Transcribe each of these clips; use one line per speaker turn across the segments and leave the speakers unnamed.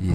以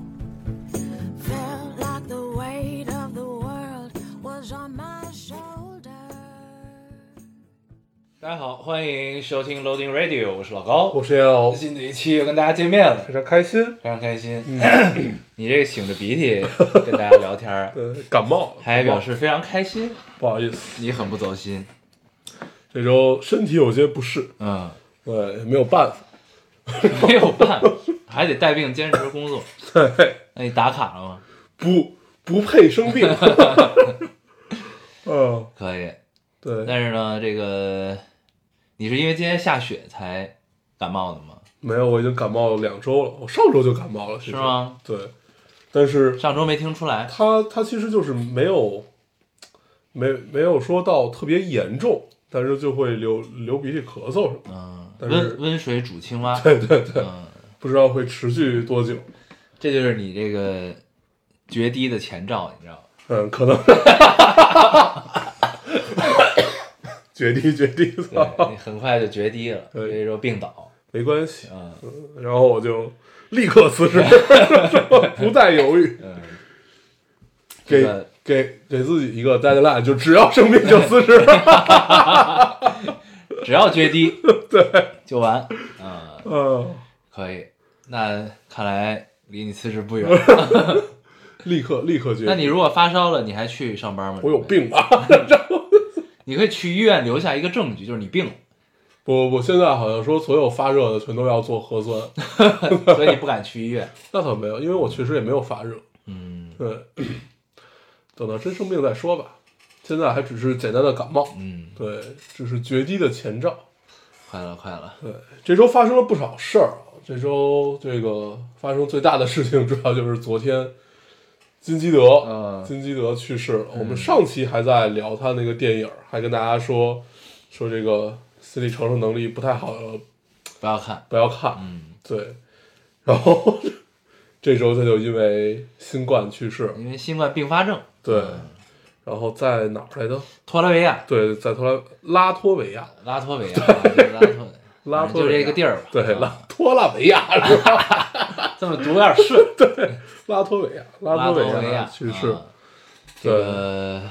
Felt like the weight of the world was on my shoulders.
大家好，欢迎收听 Loading Radio，我是老高。
我是要
新的一期又跟大家见面了，
非常开心，
非常开心。
嗯
你这个擤着鼻涕跟大家聊天 儿，
呃，感冒，
还表示非常开心，
不好意思，
你很不走心。
这周身体有些不适，
嗯，
呃，也没有办法，
没有办法，还得带病坚持工作。
对，
那你打卡了吗？
不不配生病， 嗯，
可以，
对，
但是呢，这个你是因为今天下雪才感冒的吗？
没有，我已经感冒了两周了，我上周就感冒了，其实
是吗？
对，但是
上周没听出来。
它它其实就是没有，没没有说到特别严重，但是就会流流鼻涕、咳嗽什么的，
嗯，
但是
温温水煮青蛙。
对对对，
嗯，
不知道会持续多久，
这就是你这个决堤的前兆，你知道吗？
嗯，可能。 决定决定，
对， 你很快就决堤了，所
对
以说病倒。
没关系。
嗯
然后我就立刻辞 职，不再犹豫，
嗯，这
给
个
给给自己一个 deadline，就只要生病就辞职。
只要决堤，对，就完。嗯，
嗯，
可以。那看来离你辞职 不远。
立刻立刻决定。
那你如果发烧了，你还去上班吗？
我有，病 吧？
你可以去医院留下一个证据，就是你病了，
不不不，现在好像说所有发热的全都要做核酸，
所以你不敢去医院。
那倒没有，因为我确实也没有发热。
嗯
对， 等到真生病再说吧。现在还只是简单的感冒，
嗯，
对，只是决堤的前兆。
快了快了。
对，这周发生了不少事儿啊。这周这个发生最大的事情，主要就是昨天金基德，
嗯
金基德去世了。我们上期还在聊他那个电影，还跟大家说说这个心理承受能力不太好，呃
不要看。
不要看。
嗯，
对，然后 这周他就因为新冠去世。
因为新冠并发症，
对，然后在哪儿来着？
托拉维亚、
对，在托拉拉脱维亚，
拉脱维亚、对拉脱，
拉
嗯
脱
就
维亚
这个地儿吧。啊
对，拉脱拉维亚是吧？
这么读有点顺。
拉脱维亚，
拉
拉脱
维
亚去世。
啊这个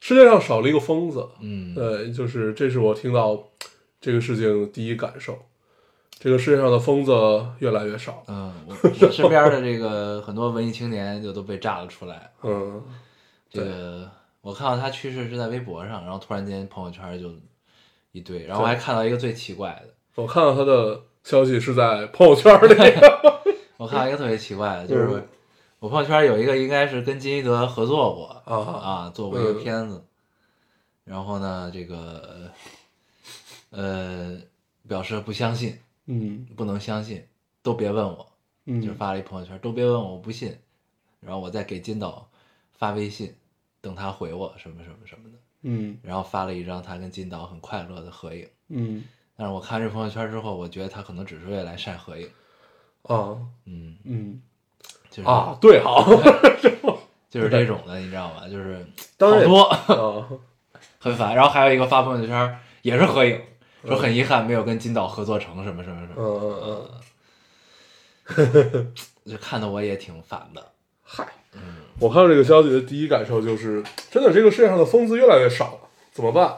世界上少了一个疯子，
嗯，
对，就是这是我听到这个事情的第一感受。这个世界上的疯子越来越少，
嗯，我我身边的这个很多文艺青年就都被炸了出来。
嗯，
这个我看到他去世是在微博上，然后突然间朋友圈就一堆，然后我还看到一个最奇怪的，
我看到他的消息是在朋友圈里，
我看到一个特别奇怪的，就是
哎嗯
我朋友圈有一个应该是跟金一德合作过
啊
啊，做过一个
嗯
片子，然后呢，这个呃表示不相信，
嗯
不能相信，都别问我，就
嗯，
发了一朋友圈，都别问我，我不信。然后我再给金导发微信，等他回我什么什么什么的。
嗯
然后发了一张他跟金导很快乐的合影。
嗯
但是我看这朋友圈之后，我觉得他可能只是为了来晒合影。
啊
嗯，
嗯
就是、
啊，对，好
就是这种的，你知道吗？就是
当
好
然也
多
啊，
很烦。然后还有一个发朋友圈也是合影，说很遗憾没有跟金导合作成什么什么什
嗯
么，
嗯嗯，
就看得我也挺烦的。
嗨，我看到这个消息的第一感受就是，真的这个世界上的疯子越来越少了，怎么办？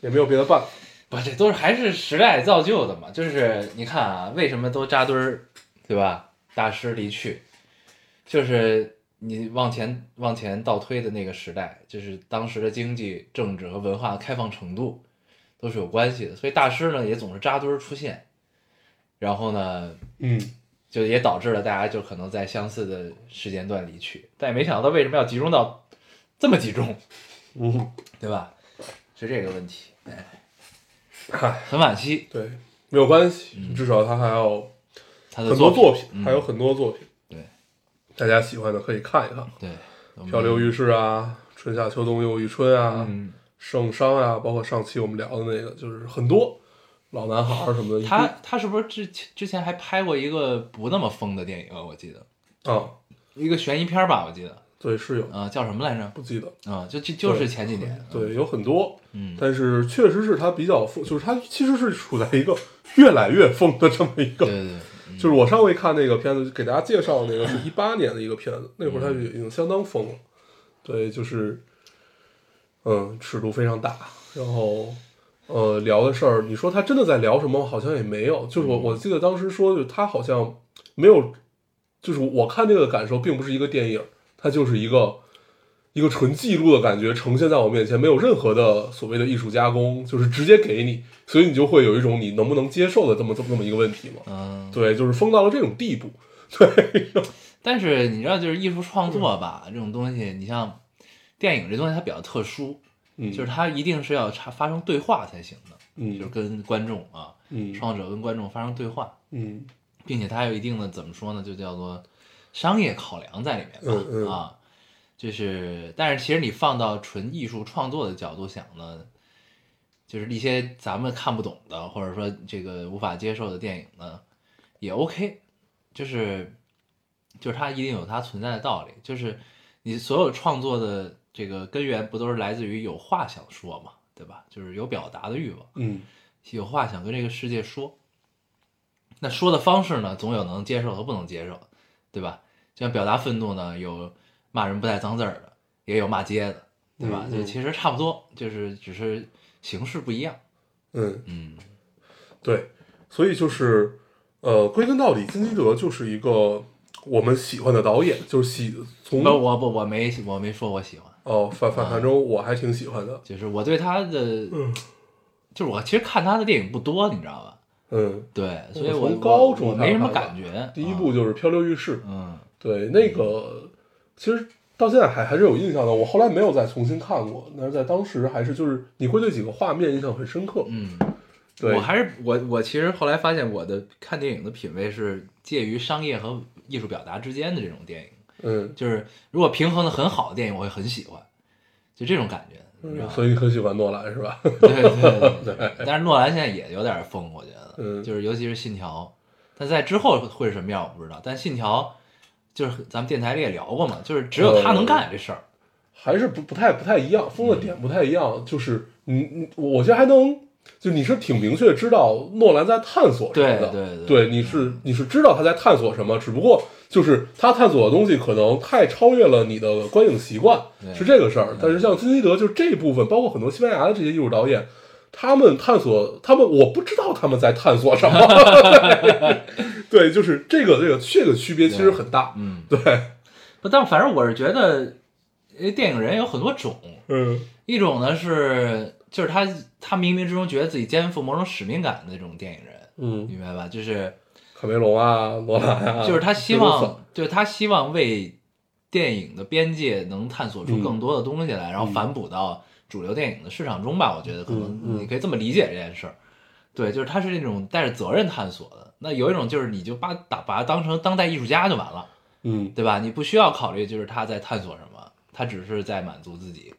也没有别的办法，
不，这都是还是时代造就的嘛。就是你看啊，为什么都扎堆儿，对吧？大师离去，就是你往前往前倒推的那个时代，就是当时的经济、政治和文化的开放程度都是有关系的。所以大师呢，也总是扎堆儿出现，然后呢，
嗯，
就也导致了大家就可能在相似的时间段离去。但也没想到为什么要集中到这么集中，
嗯，
对吧？是这个问题，哎，
嗨。
很惋惜。
对，没有关系，至少他还有
他的
很多作
品，嗯
还有很多作品，
对
大家喜欢的可以看一看，
对，我
《
们
漂流浴室》啊，《春夏秋冬又一春》啊，
嗯，
圣殇》啊，包括上期我们聊的那个，就是很多老男孩儿什么的，
啊他他是不是之前之前还拍过一个不那么疯的电影？我记得
啊，
一个悬疑片儿吧，我记得，
对，是有，
啊，叫什么来着？
不记得，
啊，就就就是前几年，
对，有很多，
嗯，
但是确实是它比较丰，就是它其实是处在一个越来越丰的这么一
对
个，
对对，嗯
就是我上回看那个片子，给大家介绍那个是一八年的一个片子，那会儿它已经相当疯了，对，就是，嗯，尺度非常大，然后，呃，聊的事儿，你说他真的在聊什么，好像也没有，就是我我记得当时说，就是他好像没有，就是我看这个感受并不是一个电影，它就是一个。一个纯记录的感觉呈现在我面前，没有任何的所谓的艺术加工，就是直接给你，所以你就会有一种你能不能接受的这么这么这么一个问题嘛。
嗯，
对，就是疯到了这种地步。
但是你知道，就是艺术创作吧，这种东西，你像电影这东西，它比较特殊，
嗯，
就是它一定是要插发生对话才行的，就是
嗯
跟观众啊，
嗯
创作者跟观众发生对话，
嗯
并且它还有一定的怎么说呢，就叫做商业考量在里面吧，
嗯嗯
啊，就是，但是其实你放到纯艺术创作的角度想呢，就是一些咱们看不懂的，或者说这个无法接受的电影呢，也 OK，就是就是它一定有它存在的道理，就是你所有创作的这个根源不都是来自于有话想说嘛，对吧？就是有表达的欲望。
嗯
有话想跟这个世界说。那说的方式呢，总有能接受和不能接受的，对吧？就像表达愤怒呢，有骂人不带脏字儿的，也有骂街的，对吧？
嗯嗯
就其实差不多，就是只是形式不一样。
嗯，
嗯
对，所以就是呃，归根到底，金基德就是一个我们喜欢的导演，就是喜从
不，我不，我没我没说我喜欢，
哦，反反
啊
反正我还挺喜欢的。
就是我对他的，
嗯
就是我其实看他的电影不多，你知道吧？
嗯，
对，所以我
我从
我
高中
我没什么
看的
感觉。
第一部
啊，
就是《漂流浴室》，
嗯
对，那个其实到现在还还是有印象的。我后来没有再重新看过，但是在当时还是就是你会对几个画面印象很深刻。
嗯，
对
我，还是我我其实后来发现我的看电影的品味是介于商业和艺术表达之间的这种电影，
嗯，
就是如果平衡的很好的电影，我会很喜欢，就这种感觉，你知道吗？
所以你很喜欢诺兰是吧？
对对 对对。但是诺兰现在也有点疯，我觉得，
嗯
就是尤其是《信条》，但在之后会是什么样我不知道。但《信条》就是咱们电台里也聊过嘛，就是只有
嗯
他能干这事儿。
还是不不太不太一样，疯的点不太一样，就是你你，我觉得还能，就你是挺明确知道诺兰在探索什么的，
对对对
你是你是知道他在探索什么，只不过就是他探索的东西可能太超越了你的观影习惯
对，
是这个事儿。但是像金基德就这部分，包括很多西班牙的这些艺术导演。他们探索，他们我不知道他们在探 索什么，对，就是这个这个这个区别其实很大，
嗯，
对，
不，但反正我是觉得，呃电影人有很多种，
嗯
一种呢是就是他他冥冥之中觉得自己肩负某种使命感的那种电影人，
嗯，
明白吧？就是
卡梅隆啊，罗兰啊，
就是他希
这都算
望，就是他希望为电影的边界能探索出更多的东西来，然后反哺到主流电影的市场中吧。我觉得可
嗯
能
嗯
你可以这么理解这件事儿。对，就是他是那种带着责任探索的。那有一种就是你就把打把它当成当代艺术家就完了，
嗯
对吧？你不需要考虑就是他在探索什么，他只是在满足自己。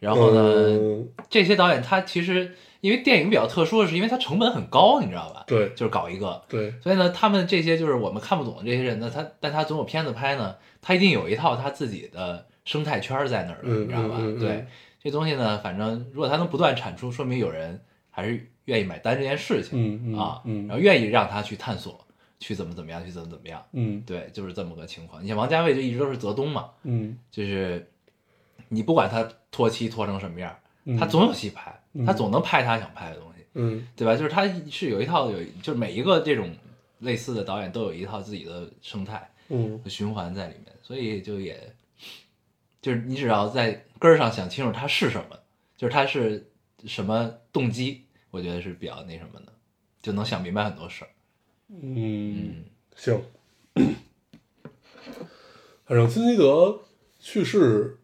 然后呢，
嗯
这些导演他其实因为电影比较特殊的是，因为它成本很高，你知道吧？
对
就是搞一个，
对，
所以呢，他们这些就是我们看不懂的这些人呢，他但他总有片子拍呢，他一定有一套他自己的生态圈在那儿的，
嗯
你知道吧？
嗯嗯嗯
对，这东西呢，反正如果他能不断产出，说明有人还是愿意买单这件事情、
嗯嗯
啊，
嗯
然后愿意让他去探索，去怎么怎么样，去怎么怎么样，
嗯
对，就是这么个情况。你像王家卫就一直都是泽东嘛，
嗯
就是你不管他拖期拖成什么样儿，
嗯，
他总有戏拍，
嗯
他总能拍他想拍的东西，
嗯
对吧？就是他是有一套有，就是每一个这种类似的导演都有一套自己的生态
嗯
和循环在里面，所以就也就是你只要在根儿上想清楚他是什么，就是他是什么动机，我觉得是比较那什么的，就能想明白很多事儿。
嗯，行。 反正金基德去世，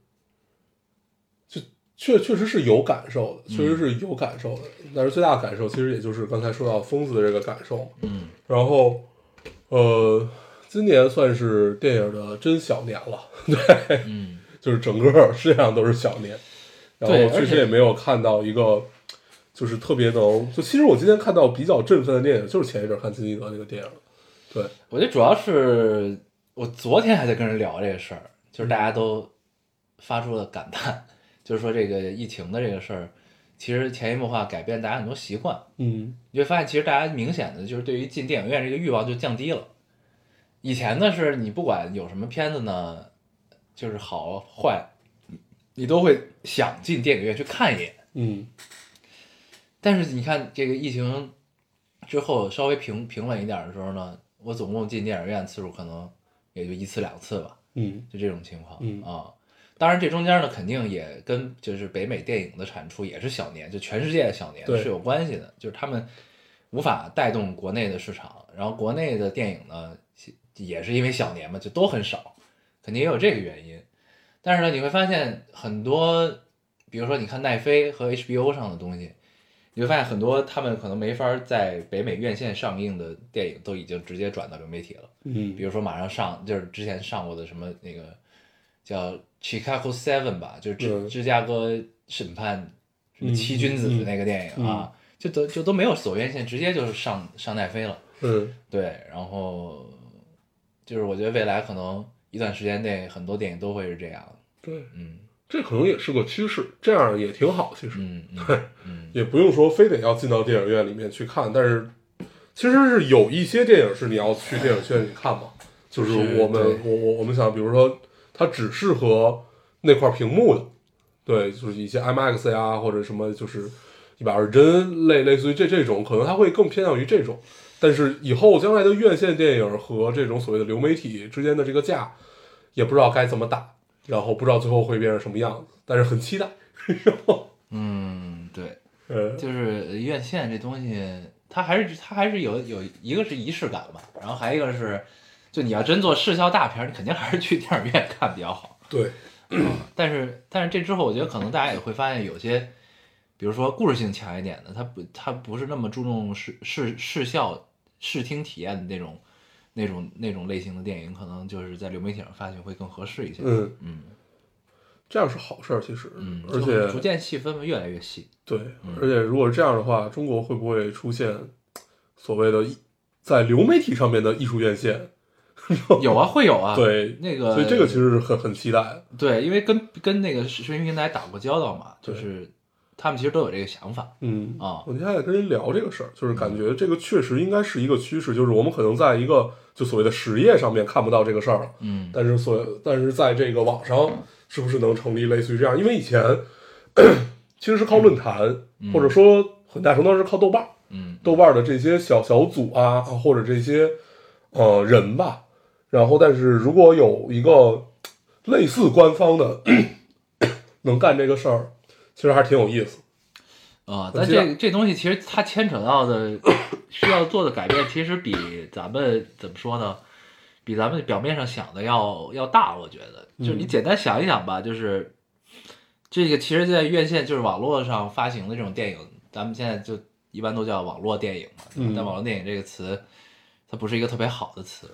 就确确实是有感受的，确实
嗯
是有感受的。但是最大的感受，其实也就是刚才说到疯子的这个感受嘛。
嗯
然后，呃，今年算是电影的真小年了，对，
嗯，
就是整个世界上都是小年，然
对
后
而且
确实也没有看到一个就是特别能，就其实我今天看到比较振奋的电影，就是前一阵看金基德那个电影，对，
我觉得主要是我昨天还在跟人聊这个事儿，就是大家都发出了感叹，就是说这个疫情的这个事儿，其实潜移默化改变大家很多习惯。
嗯
你会发现，其实大家明显的就是对于进电影院这个欲望就降低了。以前呢，是你不管有什么片子呢，就是好坏，你都会想进电影院去看一眼。
嗯
但是你看这个疫情之后稍微平平稳一点的时候呢，我总共进电影院次数可能也就一次两次吧，
嗯
就这种情况、
嗯
啊。当然，这中间呢，肯定也跟就是北美电影的产出也是小年，就全世界的小年
对
是有关系的，就是他们无法带动国内的市场，然后国内的电影呢也是因为小年嘛，就都很少，肯定也有这个原因。但是呢，你会发现很多，比如说你看奈飞和 HBO 上的东西，你会发现很多他们可能没法在北美院线上映的电影都已经直接转到流媒体了。
嗯，
比如说马上上就是之前上过的什么那个叫 Chicago Seven 吧，就是芝、
嗯
芝加哥审判什么
嗯
七君子的那个电影
嗯
啊，就都就都没有走院线，直接就是上上奈飞了。
嗯
对，然后就是我觉得未来可能一段时间内很多电影都会是这样。
对，
嗯
这可能也是个趋势，这样也挺好，其实。
嗯嗯嗯，
也不用说非得要进到电影院里面去看，但是其实是有一些电影是你要去电影院里看嘛，就是
是
我们
对
我我我们想，比如说它只适合那块屏幕的，对，就是一些 IMAX 呀或者什么就是一百二十帧类类似于这这种，可能它会更偏向于这种。但是以后将来的院线电影和这种所谓的流媒体之间的这个架，也不知道该怎么打，然后不知道最后会变成什么样子，但是很期待。
嗯，对，
呃，
就是院线这东西，它还是它还是有有一个是仪式感吧，然后还一个是，就你要真做视效大片儿，你肯定还是去电影院看比较好。
对，
但是但是这之后，我觉得可能大家也会发现有些，比如说故事性强一点的，它不它不是那么注重视视视效视听体验的那种那种那种类型的电影，可能就是在流媒体上发行会更合适一些。
嗯。
嗯
这样是好事儿，其实，
嗯，
而
就逐
且
渐细分嘛，越来越细。
对，
嗯
而且如果是这样的话，中国会不会出现所谓的艺在流媒体上面的艺术院线？
有啊，会有啊。
对，
那个
所以这个其实是很很期待的。
对，因为跟跟那个视视频平台打过交道嘛，就
对
是他们其实都有这个想法
嗯，
啊。
我今天也跟人聊这个事儿，就是
嗯
感觉这个确实应该是一个趋势，就是我们可能在一个就所谓的实业上面看不到这个事儿了，
嗯
但是所但是在这个网上是不是能成立类似于这样？因为以前 其实是靠论坛，
嗯
或者说很大程度上是靠豆瓣儿。
嗯
豆瓣儿的这些小小组啊，或者这些呃人吧。然后，但是如果有一个类似官方的能干这个事儿，其实还挺有意思。
啊，
我
但
知道
这这东西其实它牵扯到的需要做的改变，其实比咱们怎么说呢？比咱们表面上想的要要大，我觉得。就是
嗯
你简单想一想吧，就是这个其实，在院线就是网络上发行的这种电影，咱们现在就一般都叫网络电影嘛。
嗯
但网络电影这个词，它不是一个特别好的词。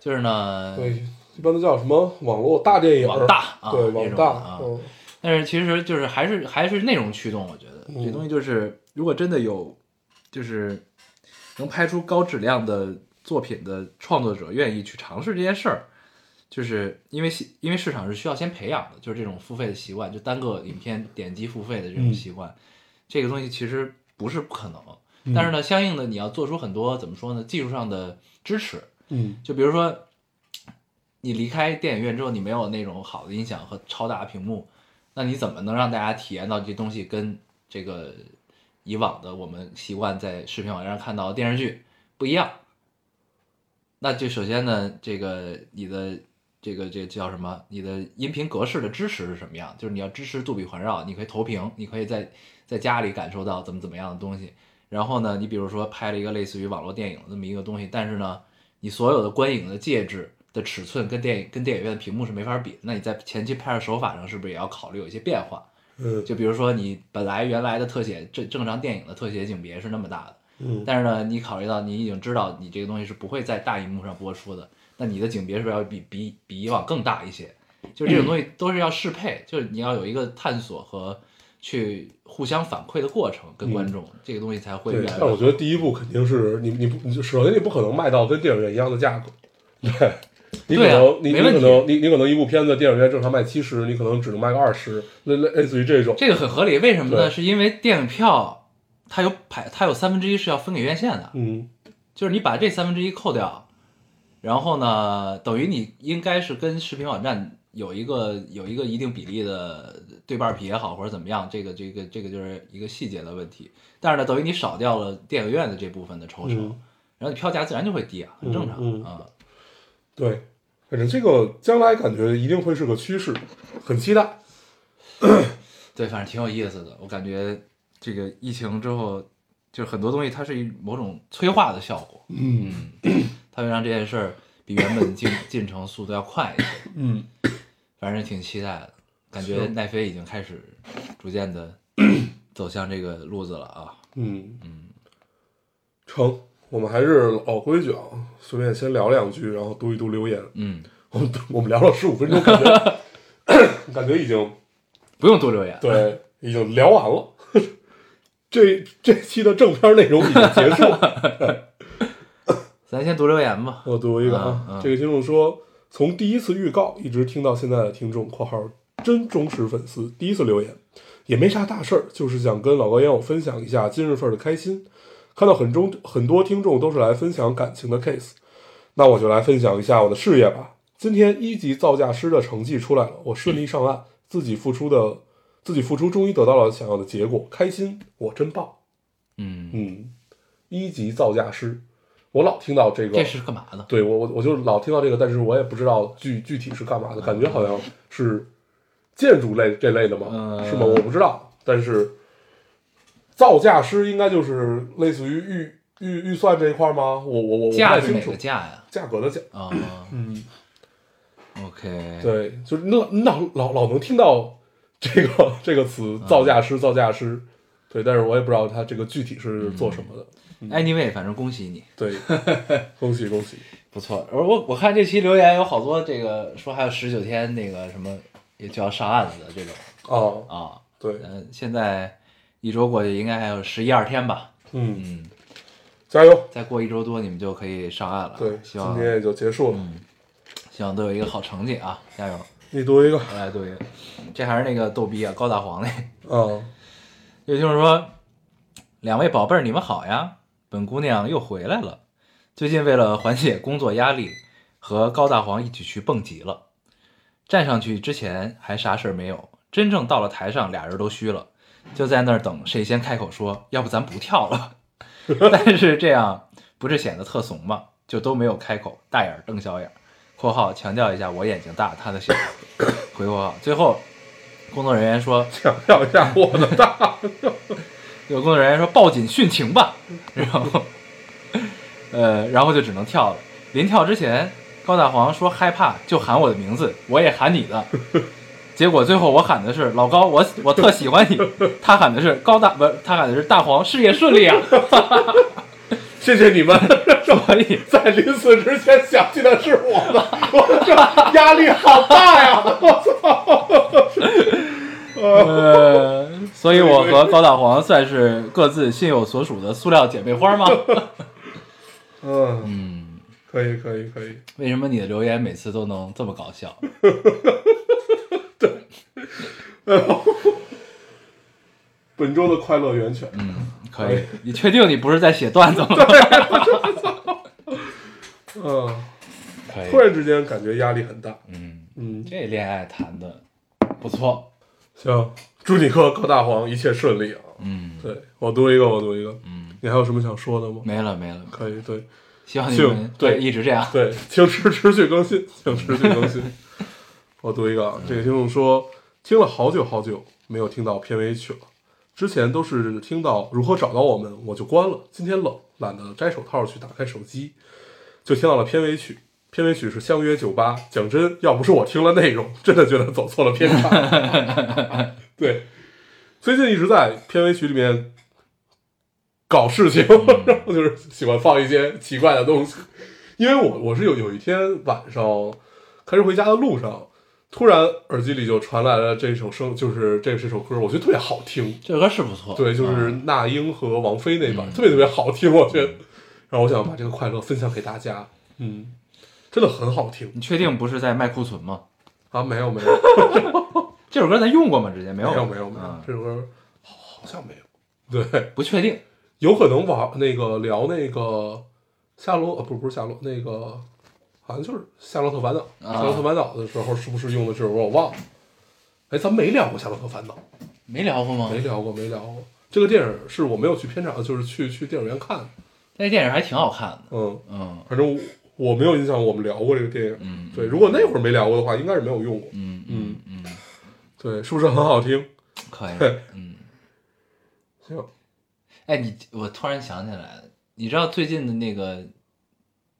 就是呢，
对，一般都叫什么网络大电影，
网大啊
呃对，
那
网
种
大，
啊
嗯，
但是其实就是还是还是内容驱动，我觉得、
嗯
这东西就是如果真的有，就是能拍出高质量的作品的创作者愿意去尝试这件事儿，就是因为系因为市场是需要先培养的，就是这种付费的习惯，就单个影片点击付费的这
嗯
种习惯，这个东西其实不是不可能，
嗯
但是呢，相应的你要做出很多怎么说呢，技术上的支持，
嗯
就比如说，你离开电影院之后，你没有那种好的音响和超大的屏幕，那你怎么能让大家体验到这东西跟这个以往的我们习惯在视频网站上看到的电视剧不一样？那就首先呢，这个你的这个这个叫什么？你的音频格式的支持是什么样？就是你要支持杜比环绕，你可以投屏，你可以在在家里感受到怎么怎么样的东西。然后呢，你比如说拍了一个类似于网络电影的这么一个东西，但是呢，你所有的观影的介质的尺寸跟电影跟电影院的屏幕是没法比的。那你在前期拍摄手法上是不是也要考虑有一些变化？
嗯
就比如说你本来原来的特写正正常电影的特写景别是那么大的，
嗯
但是呢，你考虑到你已经知道你这个东西是不会在大荧幕上播出的，那你的景别是不是要比比比以往更大一些？就这种东西都是要适配，就是你要有一个探索和去互相反馈的过程跟观众，这个东西才会
对
越来。
但我
越
觉得第一步肯定是你你不，你就首先你不可能卖到跟电影院一样的价格，对，你可
对啊
能你
没
你
问
可
题
能你你可能一部片子电影院正常卖七十，你可能只能卖个二十，类类类似于这种。
这个很合理，为什么呢？
对
是因为电影票它有排，它有三分之一是要分给院线的，
嗯，
就是你把这三分之一扣掉，然后呢，等于你应该是跟视频网站有一个有一个一定比例的对半比也好，或者怎么样，这个这个这个就是一个细节的问题。但是呢，等于你少掉了电影院的这部分的抽成，
嗯
然后你票价自然就会低啊，很正常啊。
嗯嗯对，反正这个将来感觉一定会是个趋势，很期待。
对，反正挺有意思的。我感觉这个疫情之后，就是很多东西它是一某种催化的效果，
嗯
它会让这件事儿比原本进 进程速度要快一些。
嗯，
反正挺期待的，感觉
是
奈飞已经开始逐渐 的走向这个路子了啊。
嗯嗯，成，我们还是老规矩啊，随便先聊两句，然后读一读留言。
嗯，
我们我们聊了十五分钟，感觉 感觉已经
不用多留言。
对已经聊完了。 这这期的正片内容已经结束了。
咱先读留言吧。
我读一个啊，
嗯嗯
这个听众说，从第一次预告一直听到现在的听众（括号真忠实粉丝），第一次留言也没啥大事儿，就是想跟老高烟友分享一下今日份的开心。看到很中很多听众都是来分享感情的 case，那我就来分享一下我的事业吧。今天一级造价师的成绩出来了，我顺利上岸，自己付出的自己付出终于得到了想要的结果，开心，我真棒。
嗯，
嗯，一级造价师，我老听到这个，
这是干嘛的？
对我我我就老听到这个，但是我也不知道具具体是干嘛的，感觉好像是建筑类这类的嘛，
嗯
是吗？我不知道，但是造价师应该就是类似于预预预算这一块吗？我我我我不
价
太
是
清
哪
楚
个价呀？
价格的价，
啊、
嗯，
OK。
对，就是那那老老老能听到这个这个词
嗯
造价师造价师，对，但是我也不知道他这个具体是
嗯
做什么的，
Anyway，反正恭喜你。
对，恭喜恭喜，
不错，而我我看这期留言有好多这个说还有十九天那个什么也就要上岸了的这种
哦，
啊，
对，
嗯，现在一周过去应该还有十一二天吧，
嗯，
嗯，
加油，
再过一周多你们就可以上岸了，
对，
希
今
望嗯
天也就结束了。
希望都有一个好成绩啊，加油！
你读一个
我来读一个，这还是那个逗逼啊，高大黄那个，
啊，
也就是说，两位宝贝儿，你们好呀！本姑娘又回来了。最近为了缓解工作压力，和高大黄一起去蹦极了。站上去之前还啥事儿没有，真正到了台上，俩人都虚了，就在那儿等谁先开口说，要不咱不跳了。 但是这样不是显得特怂吗？就都没有开口，大眼瞪小眼儿。（括号强调一下，我眼睛大，他的小） 回括号。最后，工作人员说
强调一下我的大，
有工作人员说报警殉情吧， 然后，呃，然后就只能跳了。临跳之前，高大黄说害怕就喊我的名字，我也喊你的。结果最后我喊的是老高，我我特喜欢你。他喊的是高大，不是他喊的是大黄，事业顺利啊。
谢谢你们，
所以
在临死之前想起的是我的， 我这压力好大呀！
呃，所以我和高大黄算是各自心有所属的塑料姐妹花吗？
嗯，
嗯，
可以可以可以，
为什么你的留言每次都能这么搞笑？
本周的快乐源泉，
嗯，可以。你确定你不是在写段子吗？
嗯，
可
突然之间感觉压力很大，
嗯，
嗯，
这恋爱谈的不错。
行，祝你和高大黄一切顺利啊！
嗯
对我读一个，我读一个，
嗯，
你还有什么想说的吗？
没了没了，
可以，对
希望你们
就对
一直这样。
对，请持持续更新，请持续更新。 我读一个，啊，这个听众说，听了好久好久没有听到片尾曲了，之前都是听到如何找到我们我就关了，今天冷，懒得摘手套去打开手机，就听到了片尾曲。片尾曲是《相约酒吧》，讲真，要不是我听了内容，真的觉得走错了片场。 对，最近一直在片尾曲里面搞事情， 然后就是喜欢放一些奇怪的东西。因为我我是有有一天晚上开车回家的路上，突然耳机里就传来了这首声，就是这这首歌，我觉得特别好听。
这首歌是不错，
对，就是
嗯
那英和王菲那版，特别特别好听，我觉得。然后我想把这个快乐分享给大家。嗯，真的很好听
你确定不是在卖库存吗？
啊！没有没有
这首歌咱用过吗？之前没
没有
有
没有没有
嗯，
这首歌好像没有，对，
不确定。
有可能玩那个聊那个夏洛，呃，不不是夏洛，那个好像就是夏洛特烦恼，
啊
夏洛特烦恼的时候是不是用的这首歌我忘了。哎，咱没聊过夏洛特烦恼，
没聊过吗？
没聊过，没聊过。这个电影是我没有去片场，就是去去电影院看的。
那电影还挺好看的。
嗯，
嗯
反正我我没有印象，我们聊过这个电影。
嗯
对，如果那会儿没聊过的话，应该是没有用过。
嗯
嗯
嗯，
对，是不是很好听？
可 以
对。
嗯，
行，
哎，你我突然想起来了，你知道最近的那个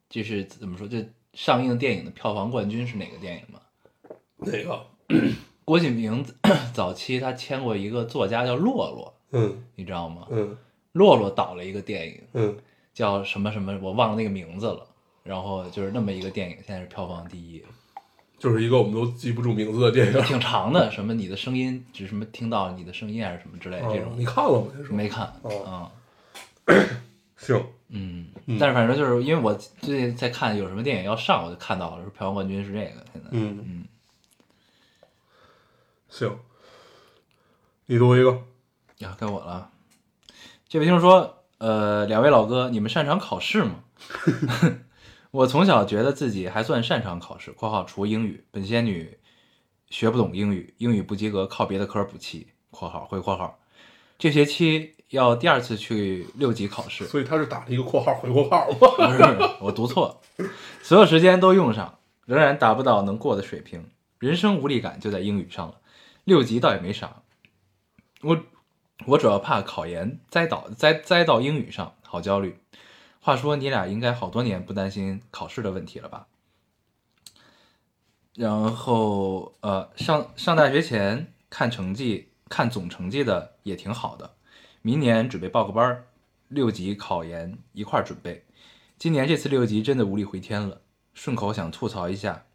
就是怎么说，就上映电影的票房冠军是哪个电影吗？
哪个？
郭敬明 早期他签过一个作家叫洛洛，
嗯
你知道吗？
嗯
洛洛导了一个电影
嗯，
叫什么什么，我忘了那个名字了。然后就是那么一个电影，现在是票房第一，
就是一个我们都记不住名字的电影。
挺长的，什么你的声音，只什么听到你的声音还是什么之类的哎这
啊
种，
你看了吗？这首
没看，
哦
嗯
行，
嗯
嗯，
但是反正就是因为我最近在看有什么电影要上，我就看到了，说票房冠军是这个，现在，
嗯
嗯，
行，你读一个。
呀，该我了。这位听众说，呃，两位老哥，你们擅长考试吗？我从小觉得自己还算擅长考试（括号除英语）。本仙女学不懂英语，英语不及格，靠别的科儿补齐（括号回括号）。这学期要第二次去六级考试，
所以他是打了一个括号回括号吗？
不是， 我读错了，所有时间都用上，仍然达不到能过的水平，人生无力感就在英语上了。六级倒也没啥，我我主要怕考研栽倒栽栽到英语上，好焦虑。话说你俩应该好多年不担心考试的问题了吧？然后呃，上上大学前看成绩，看总成绩的也挺好的，明年准备报个班儿，六级考研一块儿准备。今年这次六级真的无力回天了。顺口想吐槽一下，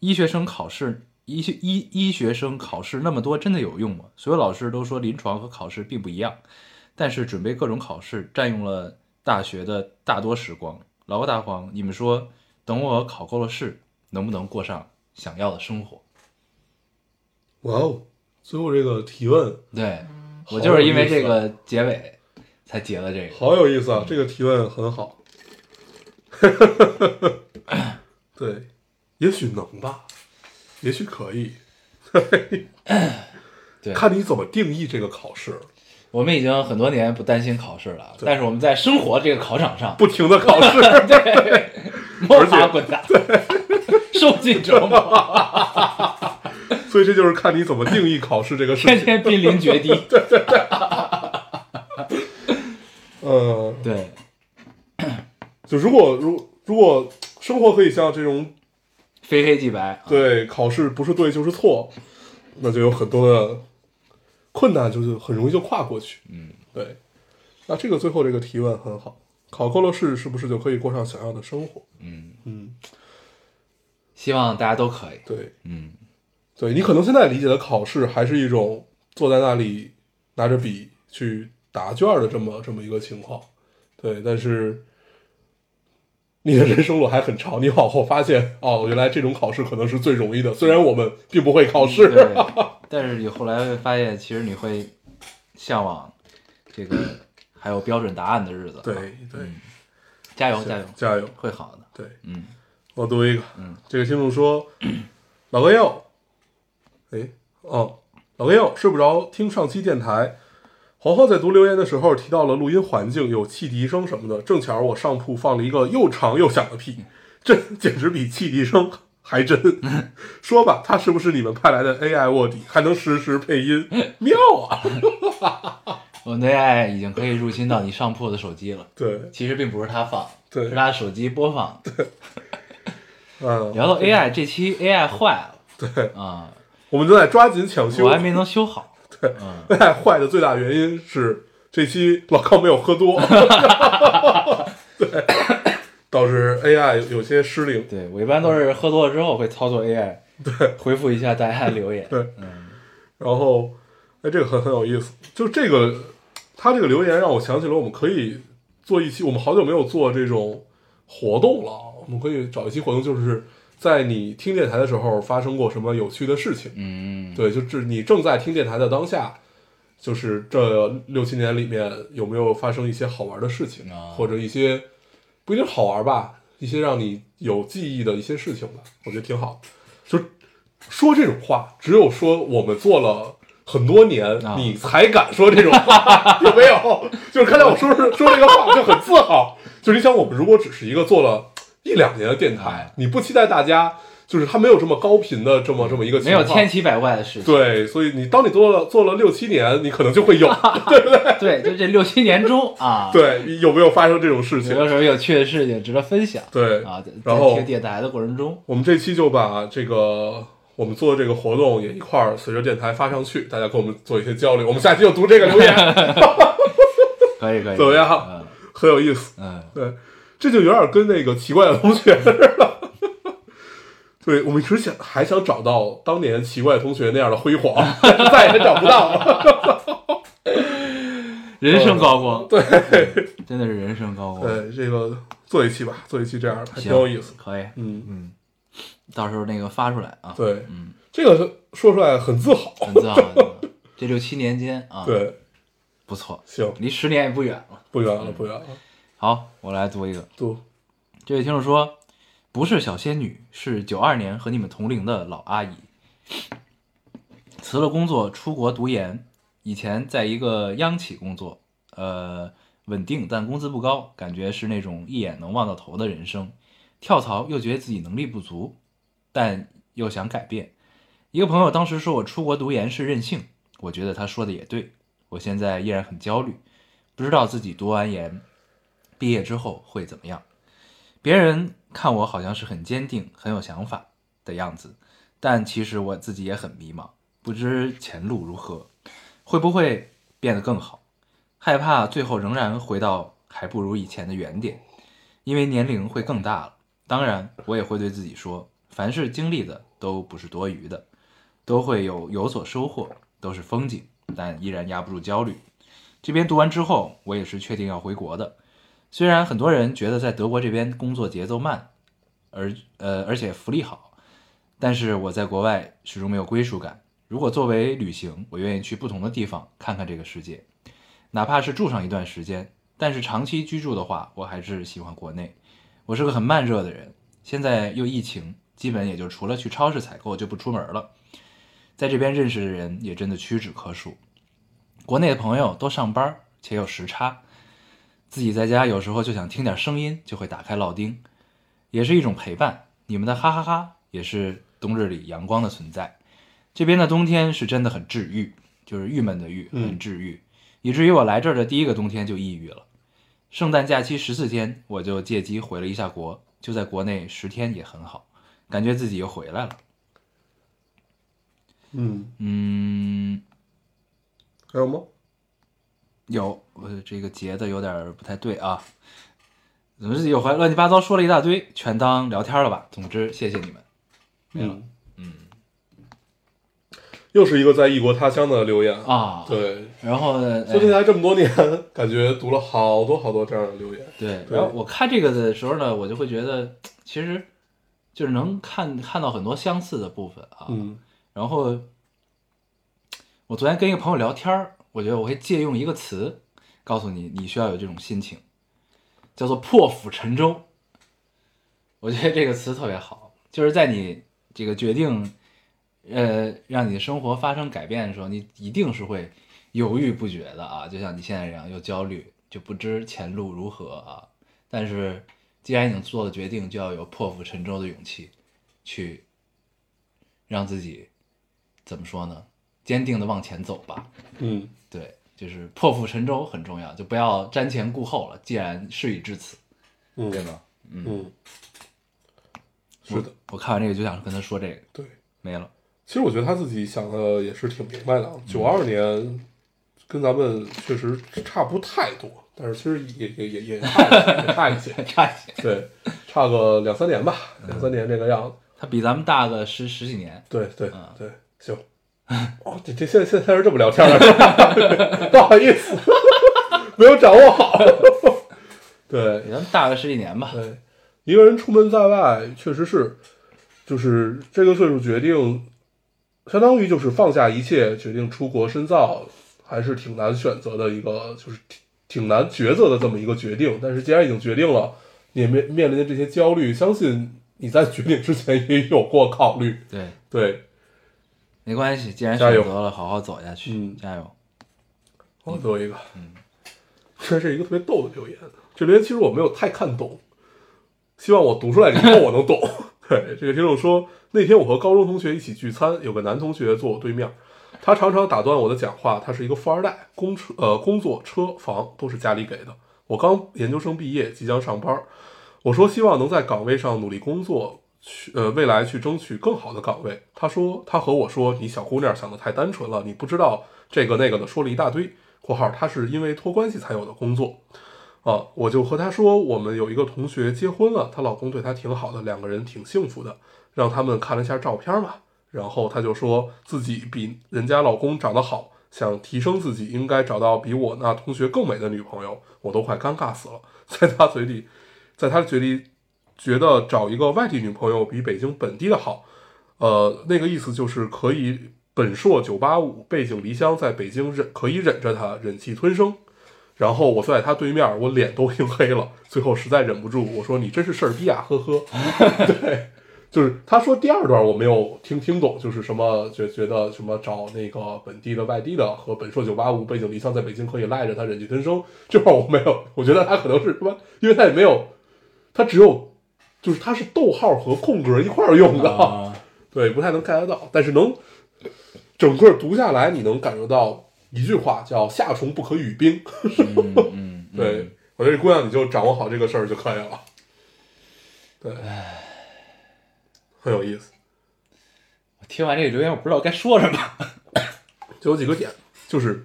医学生考试，医学医医学生考试那么多，真的有用吗？所有老师都说临床和考试并不一样，但是准备各种考试占用了大学的大多时光。老高大黄，你们说，等我考够了试，能不能过上想要的生活？
哇哦！最后这个提问
对
好
我就是因为
有意思
这个结尾才结了这个。
好有意思啊，这个提问很好。 对，也许能吧，也许可以。
对
看你怎么定义这个考试，
我们已经很多年不担心考试了，
对
但是我们在生活这个考场上，
不停的考试。
对，摸
而且
爬滚打，受尽折磨，
所以这就是看你怎么定义考试这个事
天
情。
天濒临 绝堤。
呃，
对，
就如果如如果生活可以像这种
非黑即白。啊，
对考试不是对就是错，那就有很多的困难，就是很容易就跨过去。
嗯，
对。那这个最后这个提问很好，考够了试是不是就可以过上想要的生活？
嗯，
嗯，
希望大家都可以。
对
嗯，
对，你可能现在理解的考试还是一种坐在那里拿着笔去答卷儿的这么这么一个情况，对，但是。你的人生路还很长，你往后发现哦，原来这种考试可能是最容易的。虽然我们并不会考试，
嗯对。 但是你后来会发现，其实你会向往这个还有标准答案的日子。
对
啊，
对，
加油加油，
加油！
会好的。
对
嗯，
我读一个，
嗯，
这个听众说，老哥要，哎，哦，老哥要睡不着，听上期电台，黄黄在读留言的时候提到了录音环境有汽笛声什么的，正巧我上铺放了一个又长又响的屁，这简直比汽笛声 还真。说吧，他是不是你们派来的 AI 卧底，还能实时配 音，妙啊！
我们的 AI 已经可以入侵到你上铺的手机了。
对，
其实并不是他放，
对
是他手机播放。
嗯，
聊到 AI 这期 AI 坏了
对，
啊，
我们正在抓紧抢修，
我还没能修好。
对，
嗯
那 坏的最大原因是这期老高没有喝多， 对，导致 AI 有些失灵。
对我一般都是喝多了之后会操作 AI，对，回复一下大家的留言。
对，然后，哎，这个很很有意思，就这个他这个留言让我想起了我们可以做一期，我们好久没有做这种活动了，我们可以找一期活动，就是在你听电台的时候发生过什么有趣的事情。
嗯，
对，就是你正在听电台的当下，就是这六七年里面有没有发生一些好玩的事情，
啊
或者一些不一定好玩吧，一些让你有记忆的一些事情吧，我觉得挺好。就说这种话，只有说我们做了。很多年
啊，
你才敢说这种话， 有没有？就是刚才我说说这个话就很自豪。就是你想，我们如果只是一个做了一两年的电台
哎，
你不期待大家，就是他没有这么高频的这么这么一个情
没有
况，
千奇百怪的事情。
对，所以你当你做了做了六七年，你可能就 会有，
对，就这六七年中 啊，，
对，你有没有发生这种
有
事
没有
情？
什么有趣的事情值得分享
对，
啊？在在
然后
听电台的过程中，
我们这期就把这个我们做的这个活动也一块儿随着电台发上去，大家跟我们做一些交流。我们下期就读这个留言，
可以可以，
怎么样
嗯
很有意思。
嗯，
对，这就有点跟那个奇怪的同学似的。对，我们一直想还想找到当年奇怪同学那样的辉煌， 但是再也找不到了。
人生高光，对，真的是人生高光，
对，这个做一期吧，做一期这样的，还
行
挺有意思。
可以，
嗯。
嗯，到时候那个发出来啊，
对，
嗯，
这个是说出来很自豪。
很自豪，这六七年间啊，，
对，
不错，
行，
离十年也不远了。
不远了，不远了。
好，我来读一个，
读，
这位听众说，不是小仙女，是九二年和你们同龄的老阿姨，辞了工作出国读研，以前在一个央企工作，呃，稳定但工资不高，感觉是那种一眼能望到头的人生。跳槽又觉得自己能力不足，但又想改变。一个朋友当时说我出国读研是任性，我觉得他说的也对。我现在依然很焦虑，不知道自己读完研毕业之后会怎么样。别人看我好像是很坚定、很有想法的样子，但其实我自己也很迷茫，不知前路如何，会不会变得更好？害怕最后仍然回到还不如以前的原点，因为年龄会更大了。当然，我也会对自己说，凡是经历的都不是多余的，都会有有所收获，都是风景，但依然压不住焦虑。这边读完之后，我也是确定要回国的，虽然很多人觉得在德国这边工作节奏慢，而呃而且福利好，但是我在国外始终没有归属感。如果作为旅行，我愿意去不同的地方看看这个世界，哪怕是住上一段时间。但是长期居住的话，我还是喜欢国内。我是个很慢热的人，现在又疫情，基本也就除了去超市采购就不出门了。在这边认识的人也真的屈指可数，国内的朋友都上班，且有时差，自己在家有时候就想听点声音，就会打开老丁，也是一种陪伴。你们的哈哈哈也是冬日里阳光的存在。这边的冬天是真的很治愈，就是郁闷的郁，
嗯
很治愈，以至于我来这儿的第一个冬天就抑郁了。圣诞假期十四天，我就借机回了一下国，就在国内十天也很好，感觉自己又回来了。
嗯，
嗯，
还有吗？
有，我这个截的有点儿不太对啊，怎么自己又回来乱七八糟说了一大堆，全当聊天了吧？总之，谢谢你们。没了
嗯，又是一个在异国他乡的留言。
啊，，
对，
然后呢？
做电
哎
台这么多年，感觉读了好多好多这样的留言。啊
哎对，
对
然后我看这个的时候呢，我就会觉得，其实就是能看看到很多相似的部分啊。
嗯
然后我昨天跟一个朋友聊天儿，我觉得我会借用一个词，告诉你你需要有这种心情，叫做破釜沉舟。我觉得这个词特别好，就是在你这个决定，呃，让你的生活发生改变的时候，你一定是会犹豫不决的啊，就像你现在这样，又焦虑，就不知前路如何啊。但是既然已经做了决定，就要有破釜沉舟的勇气，去让自己怎么说呢？坚定的往前走吧。
嗯，
对，就是破釜沉舟很重要，就不要瞻前顾后了。既然事已至此，
嗯
对吗？
嗯，是的，
我看完这个就想跟他说这个，
对。
没了。
其实我觉得他自己想的也是挺明白的。啊
嗯
九二年跟咱们确实差不太多，但是其实也也也也差一些，也差一些。
差一些，
对，差个两三年吧，两三年这个样子。
他比咱们大个十十几年。
对对对，行。哦，这这现在现在是这么聊天的， 不好意思， 没有掌握好。对
比咱们大个十几年吧，
对，一个人出门在外，确实是，就是这个岁数决定，相当于就是放下一切，决定出国深造，还是挺难选择的一个，就是挺挺难抉择的这么一个决定。但是既然已经决定了，你也面面临的这些焦虑，相信你在决定之前也有过考虑。
对，
对，
没关系，既然
加
选
油
择了，好好走下去，
嗯
加油。
我最后一个，这是一个特别逗的留言。这留言其实我没有太看懂，希望我读出来以后我能懂。 对，这个听众说，那天我和高中同学一起聚餐，有个男同学坐我对面，他常常打断我的讲话。他是一个富二代，工车呃工作车房都是家里给的。我刚研究生毕业，即将上班，我说希望能在岗位上努力工作，去呃未来去争取更好的岗位。他说他和我说你小姑娘想的太单纯了，你不知道这个那个的，说了一大堆。（括号他是因为托关系才有的工作）啊，我就和他说我们有一个同学结婚了，她老公对她挺好的，两个人挺幸福的，让他们看了一下照片嘛。然后她就说自己比人家老公长得好，想提升自己，应该找到比我那同学更美的女朋友。我都快尴尬死了， 在她嘴里在他嘴里觉得找一个外地女朋友比北京本地的好，呃，那个意思就是可以本硕九八五，背井离乡，在北京忍可以忍着她，忍气吞声。然后我坐在他对面，我脸都听黑了，最后实在忍不住，我说你真是事儿逼啊，呵呵。对，就是他说第二段我没有听听懂，就是什么觉觉得什么找那个本地的外地的和本硕九八五背井离乡在北京可以赖着他忍气吞声，这块我没有，我觉得他可能是什么，因为他也没有，他只有就是他是逗号和空格一块儿用的，
啊，
对，不太能 get 得到，但是能整个读下来，你能感受到一句话叫“夏虫不可语冰”。
嗯嗯，嗯
对，，我觉得这姑娘你就掌握好这个事儿就可以了。对，很有意思，
我听完这个留言，我不知道该说什么。
就有几个点，就是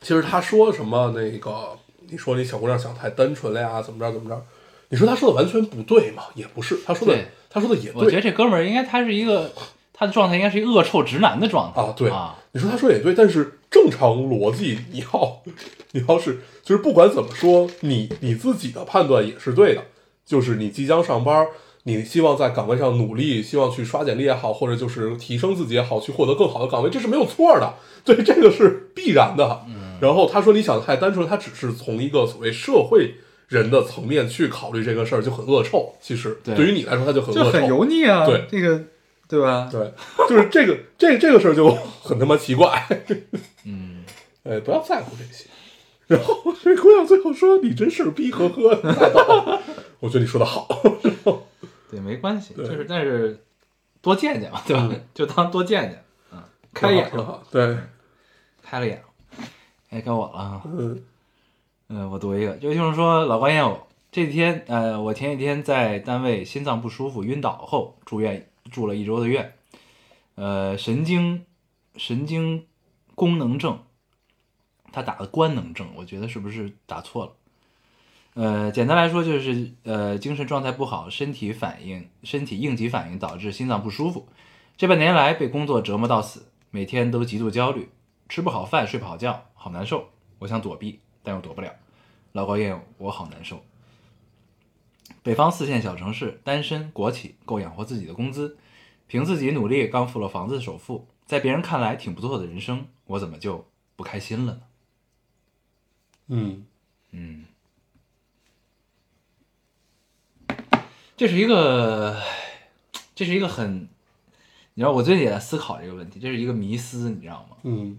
其实他说什么那个，你说你小姑娘想太单纯了呀，怎么着怎么着，你说他说的完全不对嘛？也不是，他说的
对
他说的也
我觉得
对
这哥们儿应该他是一个，他的状态应该是一个恶臭直男的状态
啊，对
啊，
你说他说也对，但是正常逻辑你要你要是就是不管怎么说，你你自己的判断也是对的，就是你即将上班，你希望在岗位上努力，希望去刷简历也好，或者就是提升自己也好，去获得更好的岗位，这是没有错的，对，这个是必然的。
嗯
然后他说你想的太单纯，他只是从一个所谓社会人的层面去考虑这个事儿，就很恶臭。其实
对
对于你来说，他就很
就
恶
很
臭。
油腻啊，
对
这个对 吧？
对，就是这个这这个事儿就很他妈奇怪。
嗯，
呃，不要在乎这些。然后这姑娘最后说：“你真是逼呵呵。太逗了” 我觉得你说的好，
对，没关系，就
对
是但是多见见嘛，对吧？就当多见见，嗯，开眼
挺
了，
好。对，
开了眼了，哎，该我了啊。
嗯
嗯，我读一个，就就是说老关心我。这几天，呃，我前几天在单位心脏不舒服晕倒后住院，住了一周的院，呃，神经神经功能症，他打的官能症，我觉得是不是打错了？呃，简单来说就是，呃，精神状态不好，身体反应、身体应急反应导致心脏不舒服。这半年来被工作折磨到死，每天都极度焦虑，吃不好饭，睡不好觉，好难受。我想躲避，但又躲不了。老高燕，我好难受。北方四线小城市，单身，国企，够养活自己的工资，凭自己努力刚付了房子首付，在别人看来挺不错的人生，我怎么就不开心了呢？
嗯，
嗯，这是一个，这是一个很，你知道，我最近也在思考这个问题，这是一个迷思，你知道吗？
嗯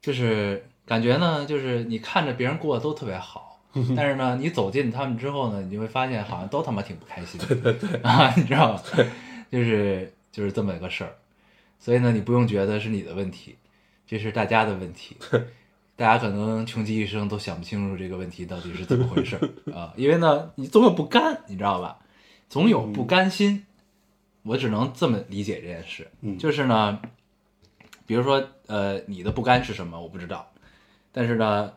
就是感觉呢，就是你看着别人过得都特别好，但是呢，你走进他们之后呢，你就会发现好像都他妈挺不开心的，对对对啊，你知道吗？就是就是这么一个事儿，所以呢，你不用觉得是你的问题，这是大家的问 题，大家可能穷极一生都想不清楚这个问题到底是怎么回事儿啊，因为呢，你总有不甘，你知道吧？总有
嗯
不甘心，我只能这么理解这件事，
嗯
就是呢。比如说，呃，你的不甘是什么？我不知道，但是呢，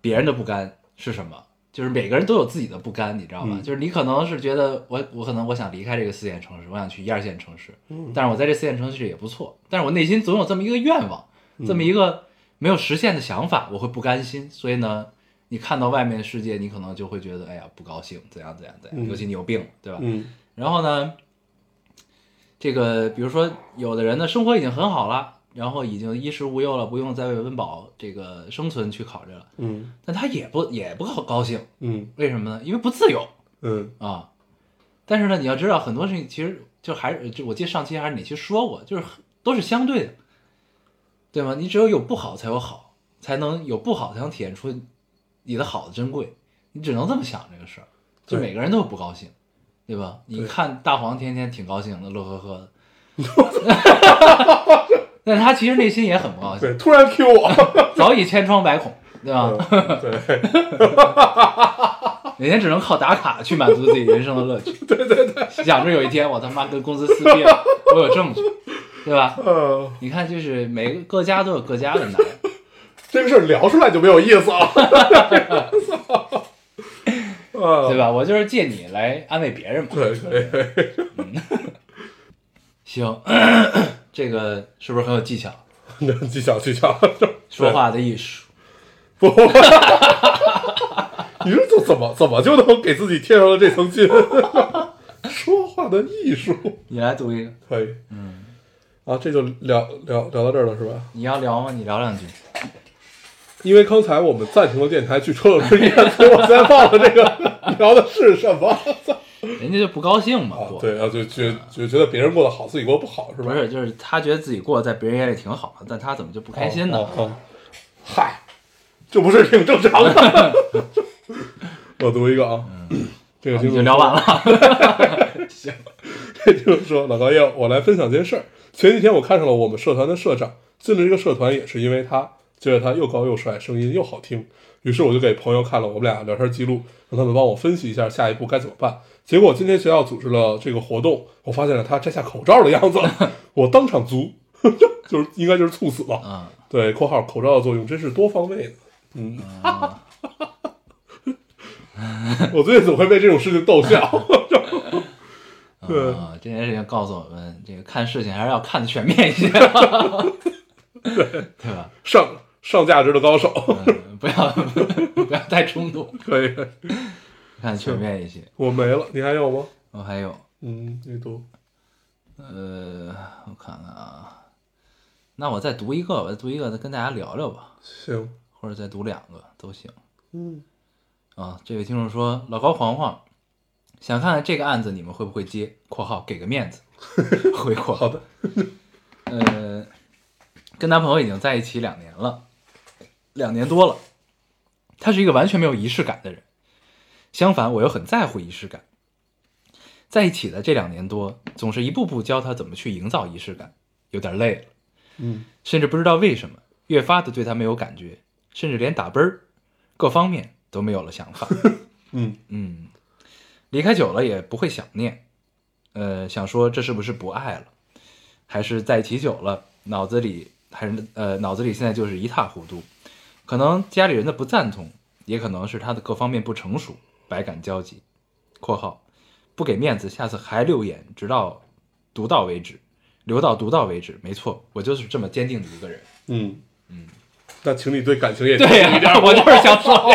别人的不甘是什么？就是每个人都有自己的不甘，你知道吧？
嗯
就是你可能是觉得我，我可能我想离开这个四线城市，我想去一二线城市，
嗯
但是我在这四线城市也不错，但是我内心
嗯
总有这么一个愿望，这么一个没有实现的想法，我会不甘心，所以呢，你看到外面世界，你可能就会觉得哎呀不高兴，怎样怎样怎样，
嗯
尤其你有病，对吧？
嗯
然后呢，这个比如说有的人呢，生活已经很好了，然后已经衣食无忧了，不用再为温饱这个生存去考虑了，
嗯
但他也不也不高高兴，
嗯
为什么呢？因为不自由
嗯
啊。但是呢，你要知道很多事情其实就还是，就我记得上期还是哪期说过，就是很都是相对的，对吗？你只有有不好才有好，才能有不好才能体现出你的好的珍贵。你只能这么想这个事儿，就
对
每个人都有不高兴，对吧？你看大黄天天挺高兴的，乐呵呵的， 但是他其实内心也很不高兴，
对，突然 Q 我，嗯
早已千疮百孔，对吧？
对
每天只能靠打卡去满足自己人生的乐趣。对对对， 想着有一天我他妈跟公司撕逼了，我有证据，对吧？
呃，
你看，就是每个各家都有各家的难，
这个事儿聊出来就没有意思了， 啊，
对吧？我就是借你来安慰别人嘛。
对对对，
行， 这个是不是很有技巧？
技巧技巧，
说话的艺术，
不， 你说怎怎么怎么就能给自己贴上了这层金？ 说话的艺术，
你来读一个。
可以，嗯，啊，这就聊聊聊到这儿了是吧？
你要聊吗？你聊两句。
因为刚才我们暂停了电台去抽了根烟，所以我先忘了这 个聊的是什么。
人家就不高兴嘛，
啊，
过
对啊，就觉就觉得别人过得好，自己过得不好是吧？
不是，就是他觉得自己过得在别人眼里挺好的，但他怎么就不开心呢？
哦哦哦嗨，这不是挺正 常的？我读一个啊，
嗯
这个
你
听
就
众
聊完了。
这听众说：“老高要我来分享件事儿。前几天我看上了我们社团的社长，进了这个社团也是因为他，觉得他又高又帅，声音又好听。于是我就给朋友看了我们俩聊天记录，让他们帮我分析一下下一步该怎么办。结果今天学校组织了这个活动，我发现了他摘下口罩的样子，我当场足，就是应该就是猝死了。
嗯，
对（括号口罩的作用真是多方位的）。嗯， 我最近总会被这种事情逗笑。哦对
啊，这件事情告诉我们，这个看事情还是要看的全面一 些， 对吧？
上上价值的高手，
嗯，不要不要太冲动，
可以，
看全面一些。
我没了，你还有吗？
我还有，
嗯，你读，
呃，我看看啊，那我再读一个，我再读一个，再跟大家聊聊吧，
行，
或者再读两个都行。
嗯，
啊，这位听众说，老高黄黄，想看看这个案子你们会不会接（括号给个面子） 。回括
好的，
呃，跟男朋友已经在一起两年了，两年多了。他是一个完全没有仪式感的人，相反，我又很在乎仪式感。在一起的这两年多，总是一步步教他怎么去营造仪式感，有点累了，
嗯
甚至不知道为什么，越发的对他没有感觉，甚至连打啵儿各方面都没有了想法。
嗯
嗯，离开久了也不会想念，呃，想说这是不是不爱了，还是在一起久了，脑子里还是呃脑子里现在就是一塌糊涂，可能家里人的不赞同，也可能是他的各方面不成熟，百感交集。（括号不给面子，下次还留言，直到读到为止，留到读到为止。没错，我就是这么坚定的一个人。
嗯嗯，那请你对感情也 哎
呀、啊我就是想说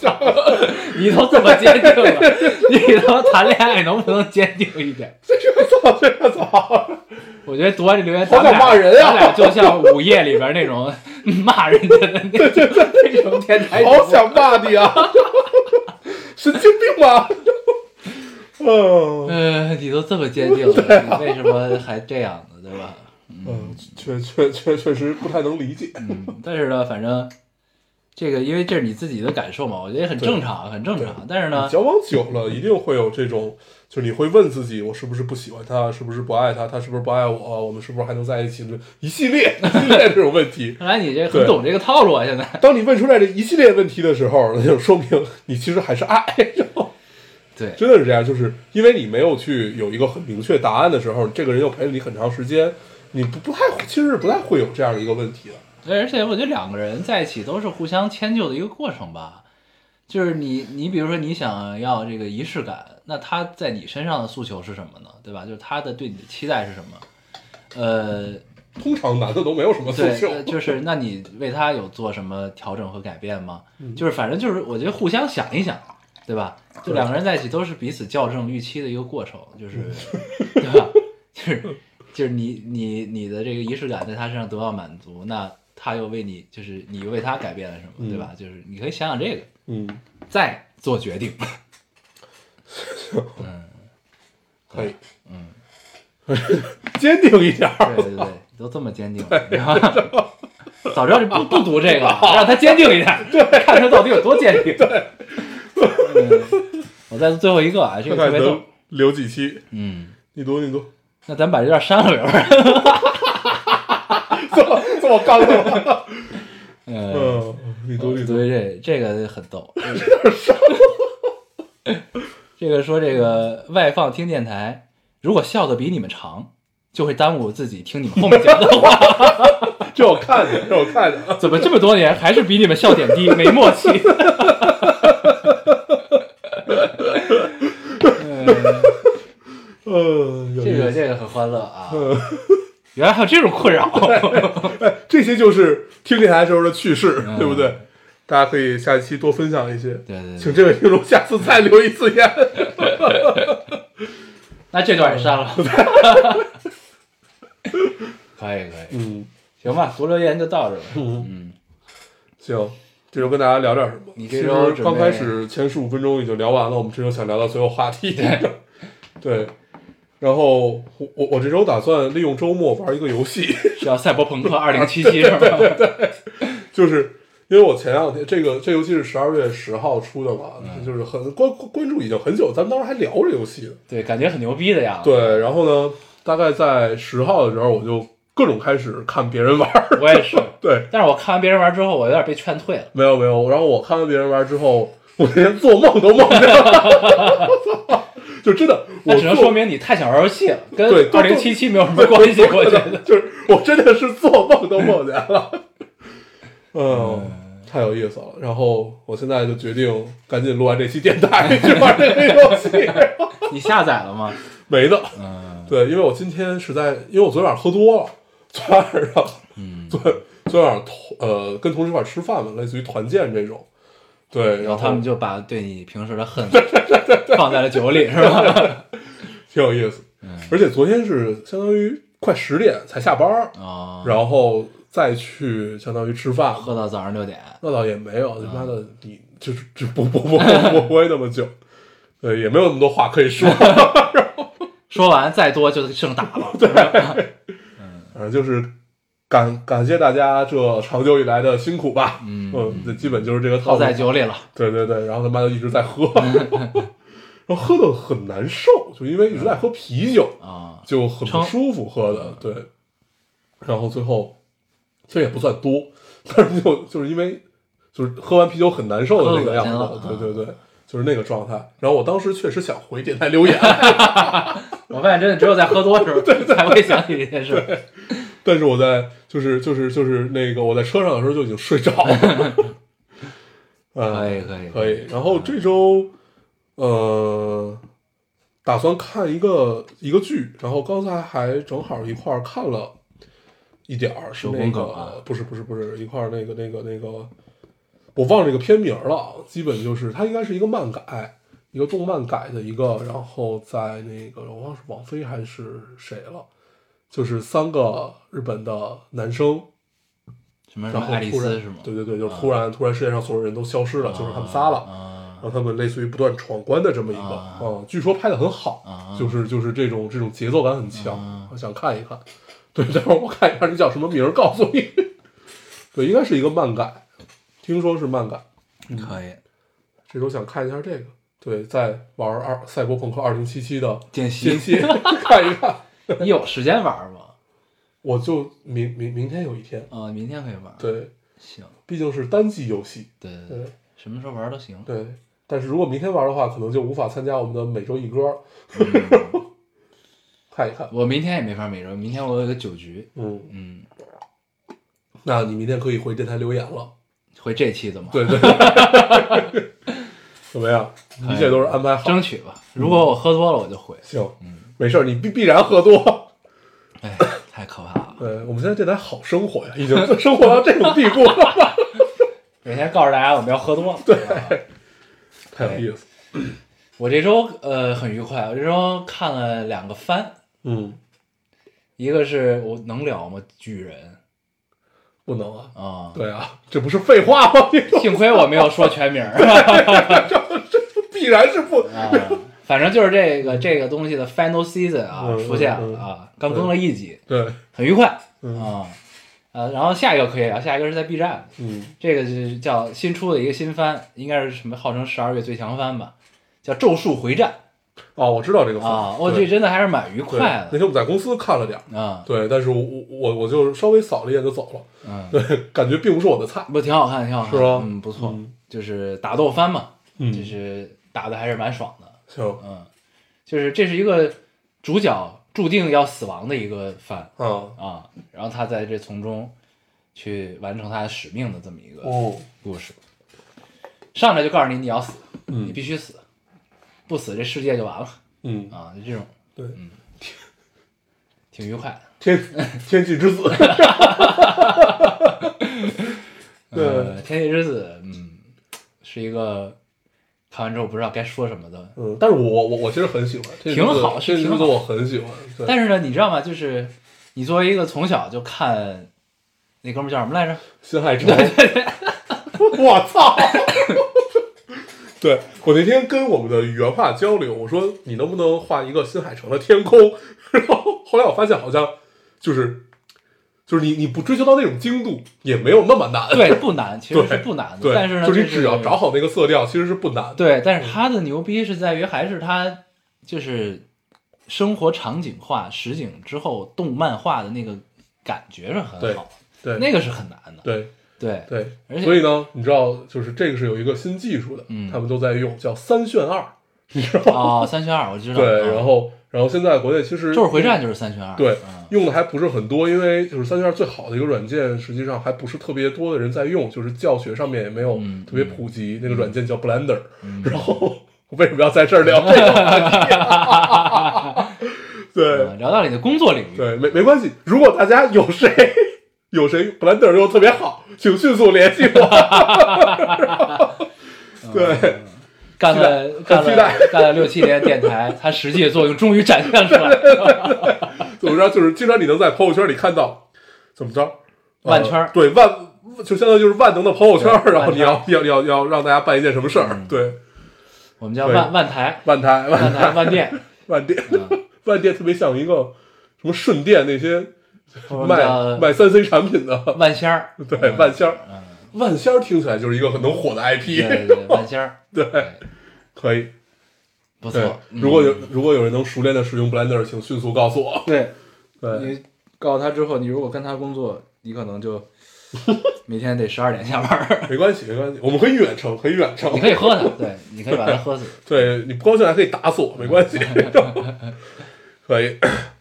这 个。你都这么坚定了，你他妈谈恋爱能不能坚定一点？
这个操，这个操，
我觉得读完这留言，
好
咱
想
俩
骂人
咱
啊
俩就像午夜里边那种骂人的那种那种天台主播
好想骂你啊， 神经病吧？ 嗯
呃，你都这么坚定了，你为什么还这样呢？对吧？
嗯，确确确确实不太能理解，
嗯，但是呢，反正这个因为这是你自己的感受嘛，我觉得也很正常，很正常。但是呢，
交往久了一定会有这种，就是你会问自己，我是不是不喜欢他，是不是不爱他，他是不是不爱我，我们是不是还能在一起？一系列一系列这种问题，
看来你这很
对
懂这个套路啊，现在。
当你问出来这一系列问题的时候，那就说明你其实还是爱，然后
对，
真的是这样，就是因为你没有去有一个很明确答案的时候，这个人又陪了你很长时间，你不不太其实是不太会有这样一个问题的。
对，而且我觉得两个人在一起都是互相迁就的一个过程吧。就是你，你比如说你想要这个仪式感，那他在你身上的诉求是什么呢？对吧？就是他的对你的期待是什么？呃，
通常男的都没有 什么诉
对，
求，
呃就是那你为他有做什么调整和改变吗？
嗯
就是反正就是我觉得互相想一想，对吧？就
对嗯
两个人在一起都是彼此校正预期的一个过程，就是对吧？ 就是就是你你你的这个仪式感在他身上得到满足，那他又为你就是你为他改变了什么，
嗯
对吧？就是你可以想想这个，
嗯，
再做决定。
可以，
嗯，
坚定一点儿。
对对对，都这么坚定了，然后 早知道就不不读这个 了，让他坚定一点，对，看他到底有多坚定。对，我再读最后一个啊，这个
看
特
看
别逗
能，留几期？
嗯，
你读，你读，
那咱把这段删了，要不然，
这么这么刚的吗？
嗯，
嗯，你读，你读。
所以这这个很逗，嗯这个说这个外放听电台，如果笑的比你们长，就会耽误自己听你们后面讲的话。
这我看见，这我看见。
怎么这么多年还是比你们笑点低，没默契？
嗯，有
这
意
个
思
这个很欢乐啊！ 原来还有这种困扰，
这些就是听电台时候的趣事，
嗯
对不对？大家可以下一期多分享一些。
对 对
请
对，
这位听众下次再留一次言。
那这段也删了， 可以可以，
嗯
行吧，读留言就到这吧。
嗯，
嗯，
行，这周跟大家聊点什么？
你
其
这
实
周准备
刚开始前十五分钟已经聊完了，我们这周想聊到所有话题。 对，然后我我我这周打算利用周末玩一个游戏，
是要赛博朋克二零七七是吧？
就是因为我前两天这个这游戏是十二月十号出的嘛，
嗯
就是很关关注已经很久，咱们当时还聊这游戏呢。
对，感觉很牛逼的样子。
对，然后呢，大概在十号的时候，我就各种开始看别人玩儿。
我也是，
对，
但是我看完别人玩之后，我有点被劝退了。
没有没有，然后我看完别人玩之后，我连做梦都梦见了， 就真的，我
那只能
做
说明你太想玩游戏了，跟
对
二零七七没有什么关系，我觉得。
就是我真的是做梦都梦见了， 嗯，太有意思了。然后我现在就决定赶紧录完这期电台去玩这个游戏，
你下载了吗？
没的。
嗯
对，因为我今天实在，因为我昨天晚上喝多了，昨天晚上
嗯，
昨昨天晚上同呃跟同事一块儿吃饭嘛，类似于团建这种。对，
然
然后
后他们就把对你平时的恨放在了酒里，是吧？
挺有意思。
嗯
而且昨天是相当于快十点才下班儿，
哦，
然后再去相当于吃饭，
喝到早上六点，
那倒也没有，他妈的
嗯
你就是就不不不不不不会那么久，对，也没有那么多话可 以说，
说完再多就剩打了。对，
反正就是感感谢大家这长久以来的辛苦吧，
嗯
嗯，这基本就是这个套
泡
路
在，酒里了。
对对对，然后他妈的一直在喝，然后喝的很难受，就因为一直在喝啤酒，
啊，
就很不
撑
舒服喝的，对。然后最后，其实也不算多，但是就就是因为就是喝完啤酒很难受的那个样
喝恶
子，
心
对
了嗯
对对，就是那个状态。然后我当时确实想回电台留言，
我发现真的只有在喝多的时候才会想起这件事。
但是我在就是就是就是那个我在车上的时候就已经睡着了。嗯，
可以可以
可以。然后这周，呃，打算看一个一个剧，然后刚才还正好一块儿看了一点儿，是
手
那
工
个、
梗啊
不是不是不是一块儿那个那个那个，我忘了这个片名了，基本就是它应该是一个漫改。一个动漫改的一个，然后在那个我忘了是王菲还是谁了，就是三个日本的男生，
什么什
然
么
后
爱丽
突然
丝是吗？
对对对，就突然、突然世界上所有人都消失了，就是他们仨了。
啊
让他们类似于不断闯关的这么一个，
啊
嗯，据说拍的很好，
啊
就是就是这种这种节奏感很强，
啊
我想看一 看。对，待会儿我看一下这叫什么名儿，告诉你。 对，应该是一个漫改，听说是漫改。嗯
可以。
这周想看一下这个，对，在玩二《赛博朋克二零七七》的
间
间
隙，
歇 看一看。
你有时间玩吗？
我就明明明天有一天，
啊，明天可以玩。，
对，
行，
毕竟是单机游戏，
对对
对
对，什么时候玩都行。
对。但是如果明天玩的话，可能就无法参加我们的每周一歌，
嗯
看一看。
我明天也没法每周，明天我有个酒局。
嗯，
嗯，
那你明天可以回电台留言了。
回这期的嘛，
对对， 怎么样？一切都是安排好。
争取吧。如果我喝多了，我就回。
行，没事儿，你必必然喝多。
哎，太可怕了。
对，我们现在这台好生活呀，已 经生活到这种地步了，
每天告诉大家我们要喝多了。
对
啊
太有意思。
我这周呃很愉快，我这周看了两个番，
嗯，
一个是我能聊吗？巨人
不能啊，
啊，
对啊，这不是废话吗？ 这个
幸亏我没有说全名儿
必然是不，
啊。反正就是这个这个东西的 final season 啊
嗯嗯
出现
嗯
了啊，刚更了一集，
对，
很愉快啊。
嗯
呃，然后下一个可以聊，下一个是在 B 站，
嗯，
这个就是叫新出的一个新番，应该是什么号称十二月最强番吧，叫《咒术回战
哦，我知道这个》风
啊，我这
对
真的还是蛮愉
对
快
那
的
天我们在公司看了点儿，
啊，
对，但是我我我我就稍微扫了一眼就走了，
嗯，
对，感觉并不是我的菜，
不挺好看，挺好看，
是吧
嗯，不错
嗯，
就是打斗番嘛，
嗯
就是打的还是蛮爽的，
行
嗯，就是这是一个主角注定要死亡的一个番
啊，
啊，然后他在这从中去完成他使命的这么一个
哦，
故事，上来就告诉你你要死，
嗯
你必须死，不死这世界就完了
嗯，
啊，就这种
对，
挺愉快的。
天天气之 子，对，
呃，《天气之子》嗯，是一个看完之后不知道该说什么的。
嗯，但是我我我其实很喜欢，这
挺好
这
是
日
挺
子
好
我很喜欢，对，
但是呢，你知道吗？就是你作为一个从小就看那哥们儿叫什么 来着？
新海诚， 我 操！对我那天跟我们的原画交流，我说你能不能画一个新海诚的天空？然后后来我发现好像就是就是你你不追求到那种精度也没有那么难，
对，不难，其实
对
是不难的。
对，
但是呢，
就是你只要找。好那个色调，其实是不难的。
对，但是他的牛逼是在于还是他就是生活场景化、实景之后动漫化的那个感觉是很好，
对
那个是很难的。
对
对， 而
对，
且
所以呢，你知道就是这个是有一个新技术的，
嗯
他们都在用叫三炫二，你知道吗？
啊，三选二我知道。
对，
啊
然后然后现在国内其实
咒术回战就是三选二。
对
嗯，
用的还不是很多，因为就是三学二最好的一个软件，实际上还不是特别多的人在用，就是教学上面也没有
嗯
特别普及。那个软件叫 Blender，、
嗯
然后 我为什么要在这儿聊 这个话题？对、
嗯聊到你的工作领域。
对，没没关系。如果大家有谁 有谁 Blender 用得特别好，请迅速联系我。 对，
干了干
很期待
了干了六七年电台，它实际的作用终于展现出来 了。
怎么着？啊就是经常你能在朋友圈里看到，怎么着？呃
万圈儿
对万，就相当于就是万能的朋友圈儿，
对
然后
万
你
圈儿
要要要要让大家办一件什么事儿？对，
我们叫
对
万万台
万台万
万台
台
万店，
万店
嗯
万店特别像一个什么顺电那些
我们
卖
叫
卖三 C 产品的，
万仙儿。
对
嗯
万仙儿
嗯，
万仙儿听起来就是一个很能火的 IP，
对对，万仙儿
对， 可以。
不
对
错，。嗯
如果有如果有人能熟练的使用 Blender，请迅速告诉我。
对
对，
你告诉他之后，你如果跟他工作，你可能 就每天得十二点下班儿。
没关系没关系，我们可以远程，可以远程。
你可以喝他，对，你可以把他喝死。
对你不高兴还可以打死 我，没关系。可以。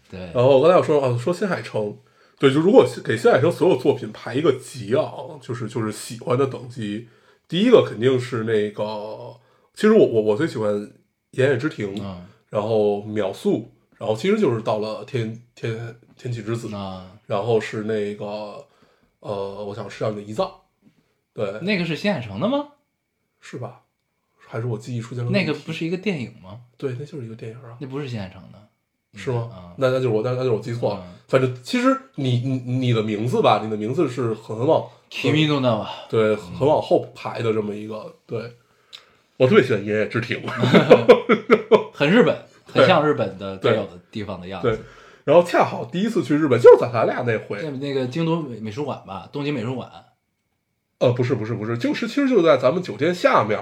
对，
然后我刚才有说啊，说新海诚，对，就如果给新海诚所有作品排一个级啊，就是就是喜欢的等级，第一个肯定是那个，其实我我我最喜欢《言叶之庭》
嗯
然后《秒速》，然后其实就是到了天天天气之子，
啊，
然后是那个呃，我想是叫你的遗葬，对，
那个是新海诚的吗？
是吧？还是我记忆出现了
那个
问题
不是一个电影吗？
对，那就是一个电影啊，
那不是新海诚的，
是吗
啊？
那那就是我，那那就是我记错了
嗯。
反正其实你你你的名字吧，你的名字是很往
君の名は。
对很往后排的这么一个对。我特别喜欢《爷爷之庭》
嗯很日本，
对
很像日本的
对
该有的地方的样
对
子。，
然后恰好第一次去日本就是在咱俩那回
那，那个京都美美术馆吧，东京美术馆
呃，不是不是不是，就是其实就在咱们酒店下面，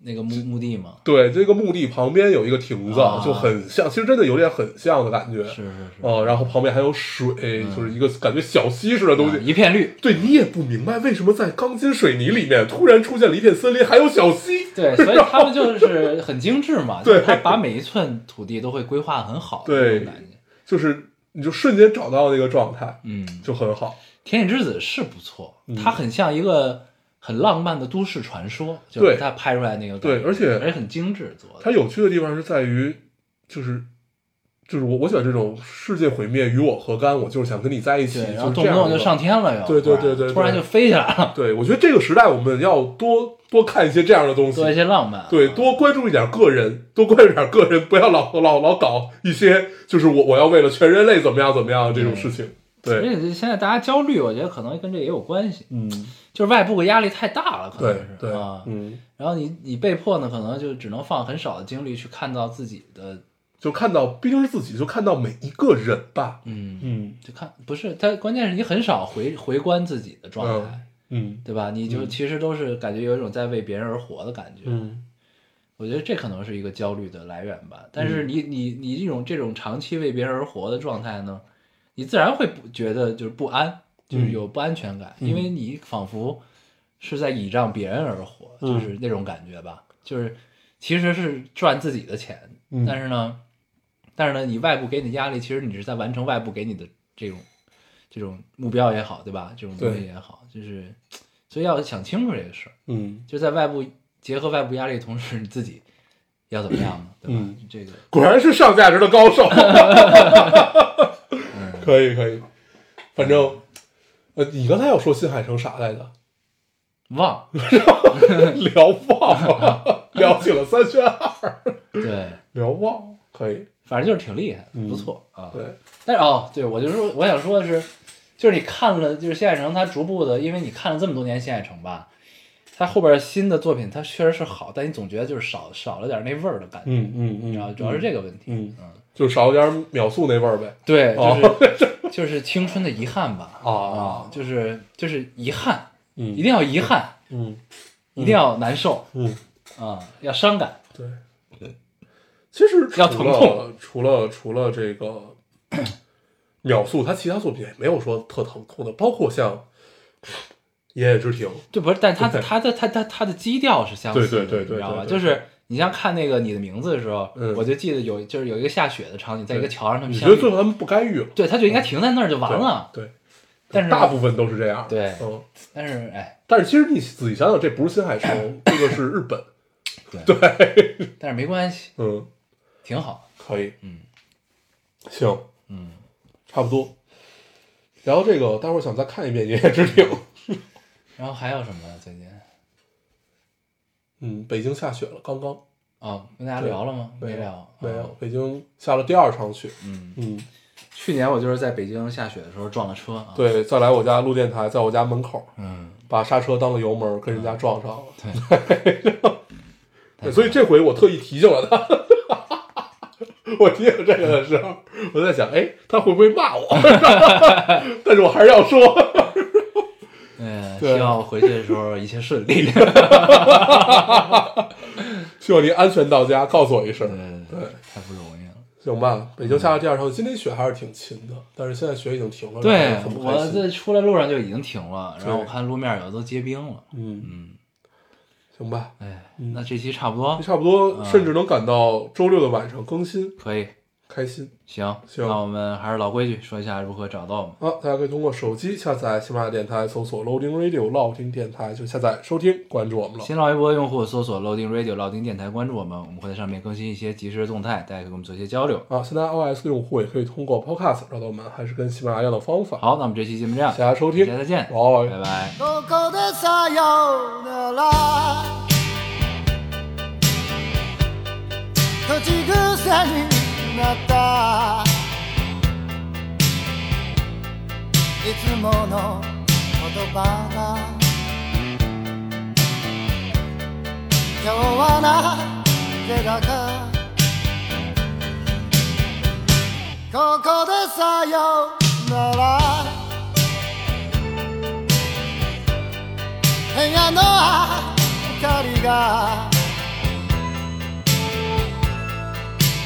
那个墓墓地嘛，
对，这个墓地旁边有一个亭子，
啊
就很像，其实真的有点很像的感觉，
是是是，
哦、然后旁边还有水，
嗯
就是一个感觉小溪似的东西，
啊一片绿。
对你也不明白为什么在钢筋水泥里面突然出现了一片森林，还有小溪。
对，所以他们就是很精致嘛，
对
就是他把每一寸土地都会规划得很好，
对
这种感觉。
就是你就瞬间找到那个状态，
嗯，《
就很好。
天气之子》是不错
嗯，
它很像一个很浪漫的都市传说，就
对
是他拍出来那个感觉，
对而且
而且很精致做的。
它有趣的地方是在于，就是就是我我喜欢这种世界毁灭与我何干，我就是想跟你在一起，
对，然
就
后
是
动
这
不
样
动
的
就上天了又，
对对对
突然
对
突然
对
就飞起来了，
对，我觉得这个时代我们要多多看一些这样的东西
做，一些浪漫，
对，多关注一点个人，多关注一点个人，不要老老老搞一些就是我我要为了全人类怎么样怎么样这种事情。
而
对，
且这现在大家焦虑，我觉得可能跟这也有关系，
嗯，
就是外部压力太大了，可能
对
是
对
啊，，
嗯，
然后你你被迫呢，可能就只能放很少的精力去看到自己的，
就看到毕竟是自己，就看到每一个人吧。
嗯，
嗯
就看不是他，关键是你很少回回观自己的状态，
嗯
对吧？你就
嗯
其实都是感觉有一种在为别人而活的感觉，
嗯
我觉得这可能是一个焦虑的来源吧。但
嗯
是你你你这种这种长期为别人而活的状态呢，你自然会不觉得就是不安，
嗯
就是有不安全感，因为你仿佛是在倚仗别人而活，
嗯
就是那种感觉吧。就是其实是赚自己的钱，
嗯
但是呢，但是呢，你外部给你压力，其实你是在完成外部给你的这种这种目标也好，对吧？这种东西
对
也好，就是所以要想清楚这个事儿。
嗯，
就在外部结合外部压力的同时，你自己要怎么样呢？对吧？
嗯
这个
果然是上价值的高手。
嗯
可以可以，反正，呃，你刚才要说新海诚啥来着？
忘
聊忘了， 聊起了三选二，
对，
聊忘了可以。
反正就是挺厉害的，
嗯
不错啊。
对，
但是哦，对我就说我想说的是，就是你看了就是新海诚，他逐步的，因为你看了这么多年新海诚吧，他后边新的作品他确实是好，但你总觉得就是少少了点那味儿的感觉，
嗯嗯
你
嗯，
知道，主要是这个问题。
嗯，就少点秒速那味儿呗。
对，就
哦
是、就是青春的遗憾吧，啊，
哦
就是就是遗憾，
嗯
一定要遗憾，
嗯
一定要难受
嗯，
啊、要伤感。
对。其实除
要
了
疼痛
除了除了这个 秒速，他其他作品也没有说特疼痛的，包括像《爷爷之庭》，
对，不是，但他
对
他的他他他的基调是相似的，
对对对对
你知道吧？
对对对
就是你像看那个你的名字的时候，
嗯
我就记得有就是有一个下雪的场景，在一个
对
桥上他们
你觉
相
得最
遇，
后他们不干预了？
对，他就应该停在那儿就完了。
对，
但是
大部分都是这样的。
对
嗯，
但是哎，
但是其实你仔细想想，这不是新海诚，这个是日本。
但是没关系，
嗯，
挺好。
可以，
嗯，
行，
嗯，
差不多。然后这个，待会儿想再看一遍《爷爷之庭》。
然后还有什么呀最近？
嗯，北京下雪了，刚刚
哦，跟大家
对
聊了吗？
没有
聊，
没有
哦。，
北京下了第二场雪。
嗯，
嗯，
去年我就是在北京下雪的时候撞了车啊。，
对，再来我家录电台，在我家门口
嗯，
把刹车当了油门，跟人家撞上了。
对，
对所以这回我特意提醒了他。 我提醒这个的时候，我在想，哎，他会不会骂 我？但是我还是要说。
嗯，
对
希望我回去的时候一切顺 利。
希望您安全到家，告诉我一声。
对，太不容易了。
行吧，北京下了第二场，今天雪还是挺勤的，但是现在雪已经停了，
对
然后，很不开
我
心。
这出来路上就已经停了，然后我
对
看路面有的都结冰了。
嗯，
嗯，
行吧，
哎，
嗯
那这期差不多
差不多，甚至能赶到周六的晚上更新，
可以，
开心
行，
行
那我们还是老规矩，说一下如何找到我们。
啊！大家可以通过手机下载喜马拉雅电台，搜索 Loading Radio 老听电台就下载收听，关注我们了。
新浪微博用户搜索 Loading Radio 老丁电台，关注我们，我们会在上面更新一些即时的动态，大家可以跟我们做一些交流。
啊，现在 iOS 用户也可以通过 Podcast 找到我们，还是跟喜马拉雅一样的方法。
好，那我们这期节目这样，
大家收
大
听，
家再见，
拜
拜拜。
ここでさようなら口癖になったいつもの言葉が今日はなぜだかここでさようなら部屋の明かりが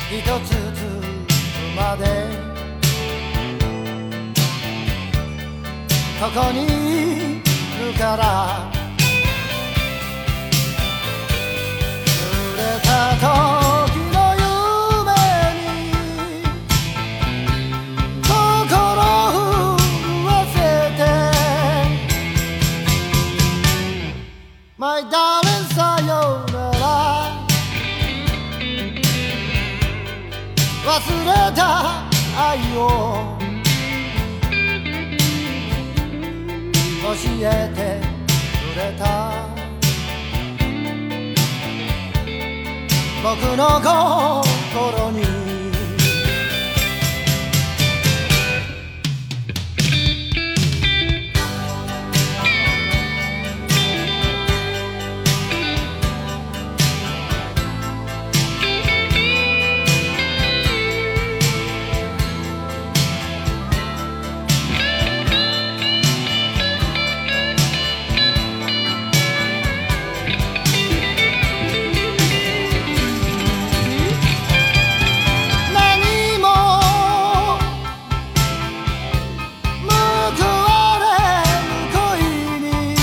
一つずつまでここにいるから濡れた時の夢に心震わせて My darling さようなら忘れ
また愛を教えてくれた僕の心に何も報われぬ恋に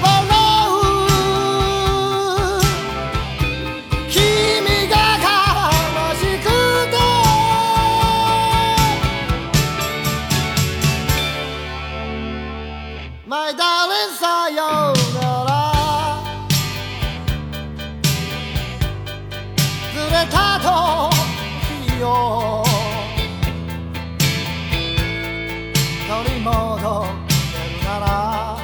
笑う君が悲しくて「My darling さようなら」ずれた時を取り戻せるなら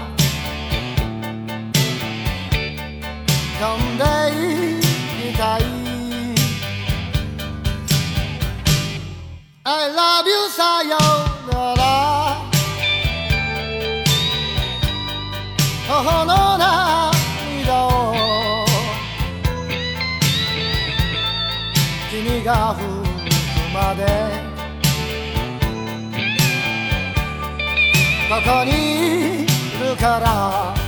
飛んでいきたい I love you さようなら頬の涙を君が吹くまでここにいるから